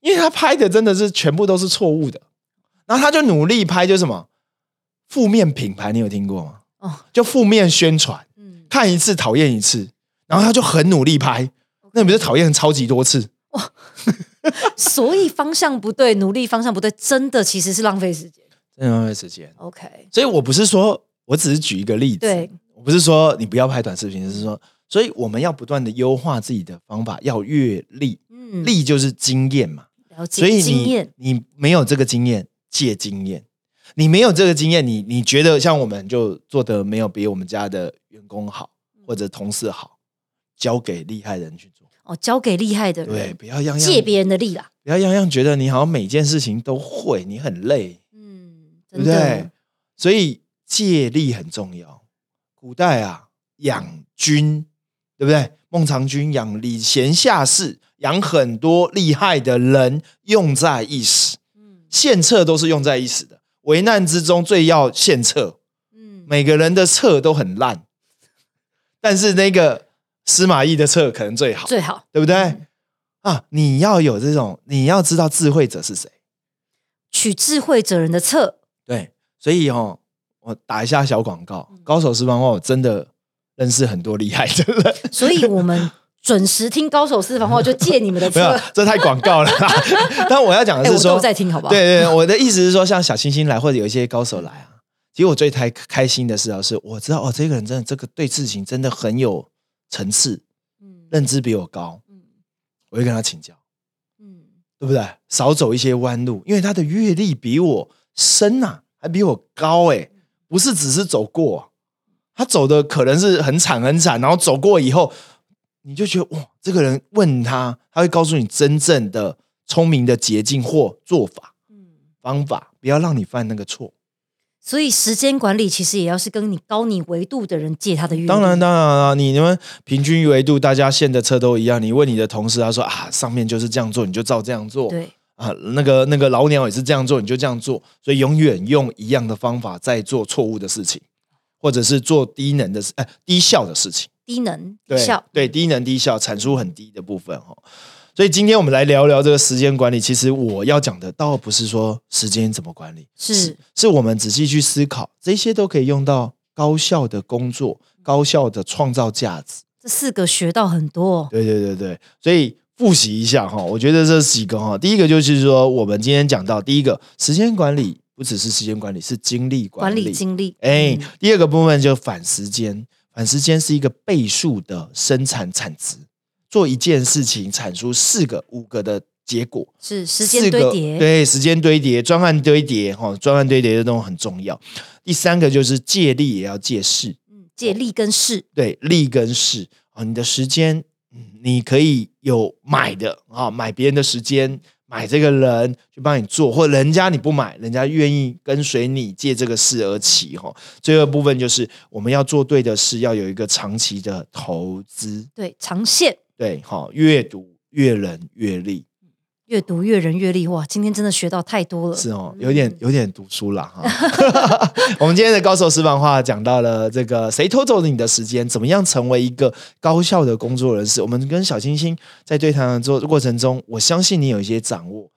[SPEAKER 1] 因为他拍的真的是全部都是错误的，然后他就努力拍，就是什么负面品牌，你有听过吗？
[SPEAKER 2] 哦，
[SPEAKER 1] 就负面宣传，
[SPEAKER 2] 嗯，
[SPEAKER 1] 看一次讨厌一次，然后他就很努力拍，那你不是讨厌超级多次？
[SPEAKER 2] 所以方向不对，努力方向不对，真的其实是浪费时间。
[SPEAKER 1] 真的浪费时间。
[SPEAKER 2] OK，
[SPEAKER 1] 所以我不是说，我只是举一个例子，
[SPEAKER 2] 对，
[SPEAKER 1] 我不是说你不要拍短视频，是说，所以我们要不断的优化自己的方法，要阅历，
[SPEAKER 2] 嗯，
[SPEAKER 1] 历就是经验嘛，
[SPEAKER 2] 了解，
[SPEAKER 1] 所以
[SPEAKER 2] 经
[SPEAKER 1] 你
[SPEAKER 2] 验，
[SPEAKER 1] 你没有这个经验，借经验。你没有这个经验，你你觉得像我们就做的没有比我们家的员工好
[SPEAKER 2] 嗯
[SPEAKER 1] 或者同事好，交给厉害人去做。
[SPEAKER 2] 哦，交给厉害的
[SPEAKER 1] 对，
[SPEAKER 2] 人，
[SPEAKER 1] 不要样样
[SPEAKER 2] 借别人的力啦。
[SPEAKER 1] 不要样样觉得你好像每件事情都会，你很累。
[SPEAKER 2] 嗯，
[SPEAKER 1] 对不对
[SPEAKER 2] 真的，？
[SPEAKER 1] 所以借力很重要。古代啊，养军，对不对？孟尝君养礼贤下士，养很多厉害的人，用在一时。
[SPEAKER 2] 嗯
[SPEAKER 1] 献策都是用在一时的，危难之中最要献策。
[SPEAKER 2] 嗯，
[SPEAKER 1] 每个人的策都很烂，但是那个司马懿的策可能最好，
[SPEAKER 2] 最好
[SPEAKER 1] 对不对？
[SPEAKER 2] 嗯
[SPEAKER 1] 啊，你要有这种，你要知道智慧者是谁。
[SPEAKER 2] 取智慧者人的策，
[SPEAKER 1] 对，所以哦，我打一下小广告，
[SPEAKER 2] 嗯
[SPEAKER 1] 高手私房话，我真的认识很多厉害的人，
[SPEAKER 2] *laughs* 所以我们准时听高手私房话，就借你们的
[SPEAKER 1] *laughs* 没有啊
[SPEAKER 2] 策。，
[SPEAKER 1] 这太广告了
[SPEAKER 2] *laughs*
[SPEAKER 1] 啦。但我要讲的
[SPEAKER 2] 哎，
[SPEAKER 1] 是
[SPEAKER 2] 我
[SPEAKER 1] 说，
[SPEAKER 2] 都在听，好不好？
[SPEAKER 1] 对，对，我的意思是说，像小星星来，或者有一些高手来啊，其实我最开开心的事啊，是我知道哦，这个人真的这个对事情真的很有层次，
[SPEAKER 2] 嗯
[SPEAKER 1] 认知比我高，
[SPEAKER 2] 嗯
[SPEAKER 1] 我会跟他请教，
[SPEAKER 2] 嗯，
[SPEAKER 1] 对不对？少走一些弯路，因为他的阅历比我深呐、还比我高哎、不是只是走过、啊他走的可能是很惨很惨，然后走过以后，你就觉得哇，这个人问他，他会告诉你真正的聪明的捷径或做法
[SPEAKER 2] 嗯。
[SPEAKER 1] 方法，不要让你犯那个错。
[SPEAKER 2] 所以时间管理其实也要是跟你高你维度的人借他的阅历。
[SPEAKER 1] 当然，当然啊，你你们平均维度，大家限的车都一样。你问你的同事，他说啊，上面就是这样做，你就照这样做。
[SPEAKER 2] 对，
[SPEAKER 1] 啊，那个那个老鸟也是这样做，你就这样做，所以永远用一样的方法在做错误的事情，或者是做低能的事，哎、低效的事情。
[SPEAKER 2] 低能
[SPEAKER 1] 对
[SPEAKER 2] 低效，
[SPEAKER 1] 对，低能低效，产出很低的部分哦。所以今天我们来聊聊这个时间管理。其实我要讲的倒不是说时间怎么管理，
[SPEAKER 2] 是
[SPEAKER 1] 是我们仔细去思考，这些都可以用到高效的工作、高效的创造价值。
[SPEAKER 2] 这四个学到很多、哦。
[SPEAKER 1] 对对对对，所以复习一下哈，我觉得这几个哈，第一个就是说，我们今天讲到第一个时间管理，不只是时间管理，是精力管
[SPEAKER 2] 管
[SPEAKER 1] 理。
[SPEAKER 2] 理精力，
[SPEAKER 1] 哎、
[SPEAKER 2] 嗯
[SPEAKER 1] 第二个部分就反时间，反时间是一个倍数的生产产值，做一件事情产出四个、五个的结果，
[SPEAKER 2] 是时
[SPEAKER 1] 四
[SPEAKER 2] 间
[SPEAKER 1] 个
[SPEAKER 2] 堆叠，
[SPEAKER 1] 对时间堆叠、专案堆叠，哈、专案堆叠这种很重要。第三个就是借力也要借势，
[SPEAKER 2] 嗯，借力跟势，
[SPEAKER 1] 对利跟势啊，你的时间，嗯你可以有买的啊，买别人的时间，买这个人去帮你做，或人家你不买，人家愿意跟随你借这个事而起哈、最后部分就是我们要做对的事，要有一个长期的投资，
[SPEAKER 2] 对长线
[SPEAKER 1] 对，好、阅读阅人阅利
[SPEAKER 2] 阅读阅人阅历，哇，今天真的学到太多了。
[SPEAKER 1] 是哦，有点有点读书啦哈。 *laughs* 我们今天的高手私房话讲到了这个谁偷走了你的时间，怎么样成为一个高效的工作人士。我们跟小星星在对谈的做过程中，我相信你有一些掌握，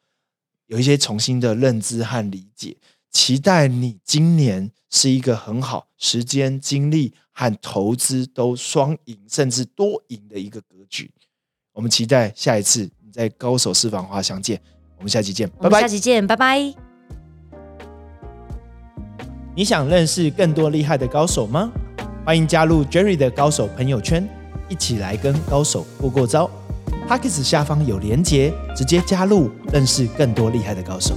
[SPEAKER 1] 有一些重新的认知和理解。期待你今年是一个很好时间、精力和投资都双赢，甚至多赢的一个格局。我们期待下一次你在高手私房话相见。我们下期见，
[SPEAKER 2] 我
[SPEAKER 1] 拜
[SPEAKER 2] 们
[SPEAKER 1] 拜
[SPEAKER 2] 下。期见，拜拜。
[SPEAKER 1] 你想认识更多厉害的高手吗？欢迎加入 Jerry 的高手朋友圈，一起来跟高手过过招。p a c k e s 下方有连结，直接加入，认识更多厉害的高手。